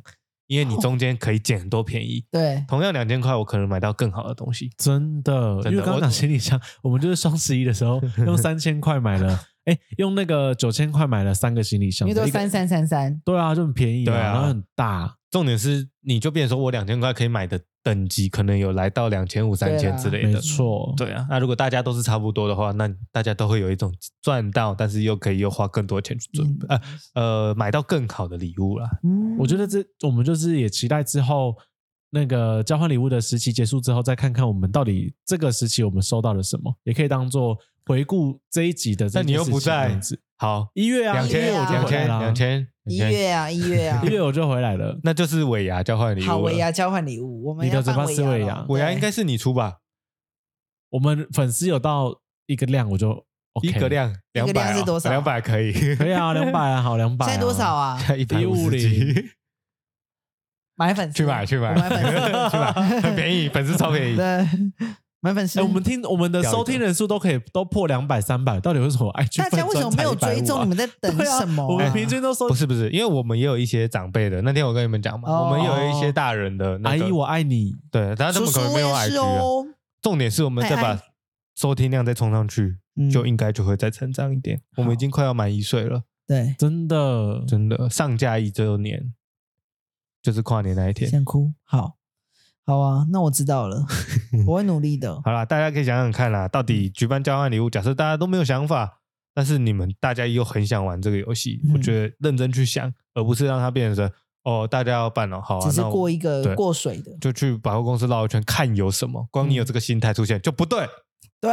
D: 因为
B: 哦
D: 你中间可以捡很多便宜。
B: 对，
D: 同样两千块，我可能买到更好的东西。
C: 真的，
D: 真的
C: 因为刚刚讲行李箱，我们就是双十一的时候用三千块
D: *laughs*
C: 买了，哎，用那个九千块买了三个行李
B: 因
C: 箱，
B: 为都
C: 一个
B: 三三三三，
C: 对啊，就很便宜，
D: 对啊
C: 然后很大，
D: 重点是，你就变成说我两千块可以买的等级，可能有来到两千五、三
B: 对
D: 千
B: 啦
D: 之类
C: 没
D: 的。
C: 错，
D: 对啊，那如果大家都是差不多的话，那大家都会有一种赚到，但是又可以又花更多钱去准备，
B: 嗯
D: 呃呃，买到更好的礼物啦。
B: 嗯
C: 我觉得这我们就是也期待之后那个交换礼物的时期结束之后，再看看我们到底这个时期我们收到了什么，也可以当做回顾这一集的这
D: 但你
C: 件
D: 又
C: 事情
D: 不
C: 这
D: 在
C: 样子。，
D: 好，
C: 一月啊，
D: 两
C: 一
D: 千、
C: 月我就
D: 两
C: 回来
D: 千、
C: 了，
D: 两千、
B: 一
D: 两千，
B: 月啊，一月啊
D: *laughs*
C: 一，月我就回来了。
D: 那就是尾牙交换礼物啊了。
B: 好，尾牙交换礼物，我们
C: 你的
B: 要
C: 嘴
B: 办
C: 巴是
B: 尾
C: 尾
B: 牙
C: 牙
B: 了，
D: 尾啊牙
B: 对
D: 应该是你出吧？
C: 我们粉丝有到一个量，我就 OK
D: 一个
C: *laughs*
D: 量
B: 一个
D: 两百哦
B: 量是多少
D: 两百
B: *laughs*
D: 可以，
C: 可以啊，两百啊，好，两百、
B: 现在多少？
D: *laughs*
B: 啊？
D: 一百五十
C: 150 *laughs*
D: 几，
B: 买粉丝
D: 去买去买
B: 我
D: *laughs*
B: *laughs* 买
D: 去
B: 粉丝 *laughs*
D: 买， *laughs* 很便宜，粉丝超便宜。
B: 对，买粉丝。
C: 哎、我们听我们的
D: 掉一个
C: 收听人数都可以都破两百、三百，到底为什么 IG
B: 大家为什么没有追踪？
C: *laughs*
B: 你们在等
C: 对啊
B: 什么啊？
C: 我们平均都收
D: 不是不是，因为我们也有一些长辈的。那天我跟你们讲嘛，
B: 哦
D: 我们也有一些大人的
C: 阿
D: 那
C: 姨
D: 个，
C: 哎我爱你，
D: 对，但是
B: 叔
D: 他们可
B: 叔
D: 能
B: 我
D: 没有
B: 也
D: IG
B: 是
D: 啊。
B: 哦，
D: 重点是我们再
B: 哎
D: 把
B: 哎
D: 收听量再冲上去，
B: 嗯
D: 就应该就会再成长一点。我们已经快要满一岁了，
B: 对，
C: 真的，
D: 真的上架一周年，就是跨年那一天。
B: 想哭，好，好啊，那我知道
D: *laughs*
B: 了，我会努力的。
D: 好啦，大家可以想想看啦，到底举办交换礼物，假设大家都没有想法，但是你们大家又很想玩这个游戏，
B: 嗯
D: 我觉得认真去想，而不是让它变成哦，大家要办了，好、啊，
B: 只是
D: 那我
B: 过一个
D: 对
B: 过水的，
D: 就去百货公司绕一圈，看有什么。光你有这个心态出现、就不对，
B: 对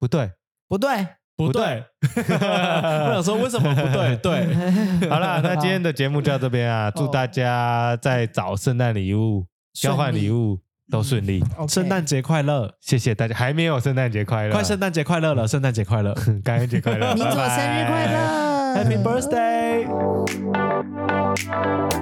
D: 不对。
B: 不对？
C: 不对， *laughs* 我
D: *laughs*
C: 想说为什么不对？
B: *laughs*
C: 对，
D: 好啦，那今天的节目就到这边啊，祝大家在找圣诞礼物、交换礼物都顺利。
B: OK
C: 圣诞节
D: *laughs*
C: 快乐，
D: 谢谢大家，还没有圣诞节快乐，
C: 快圣诞节快乐了，圣诞节快乐
D: *laughs* 感恩
B: *laughs*
D: 节快乐，
B: 民主生日快
D: 拜拜
B: 乐
C: ，Happy Birthday。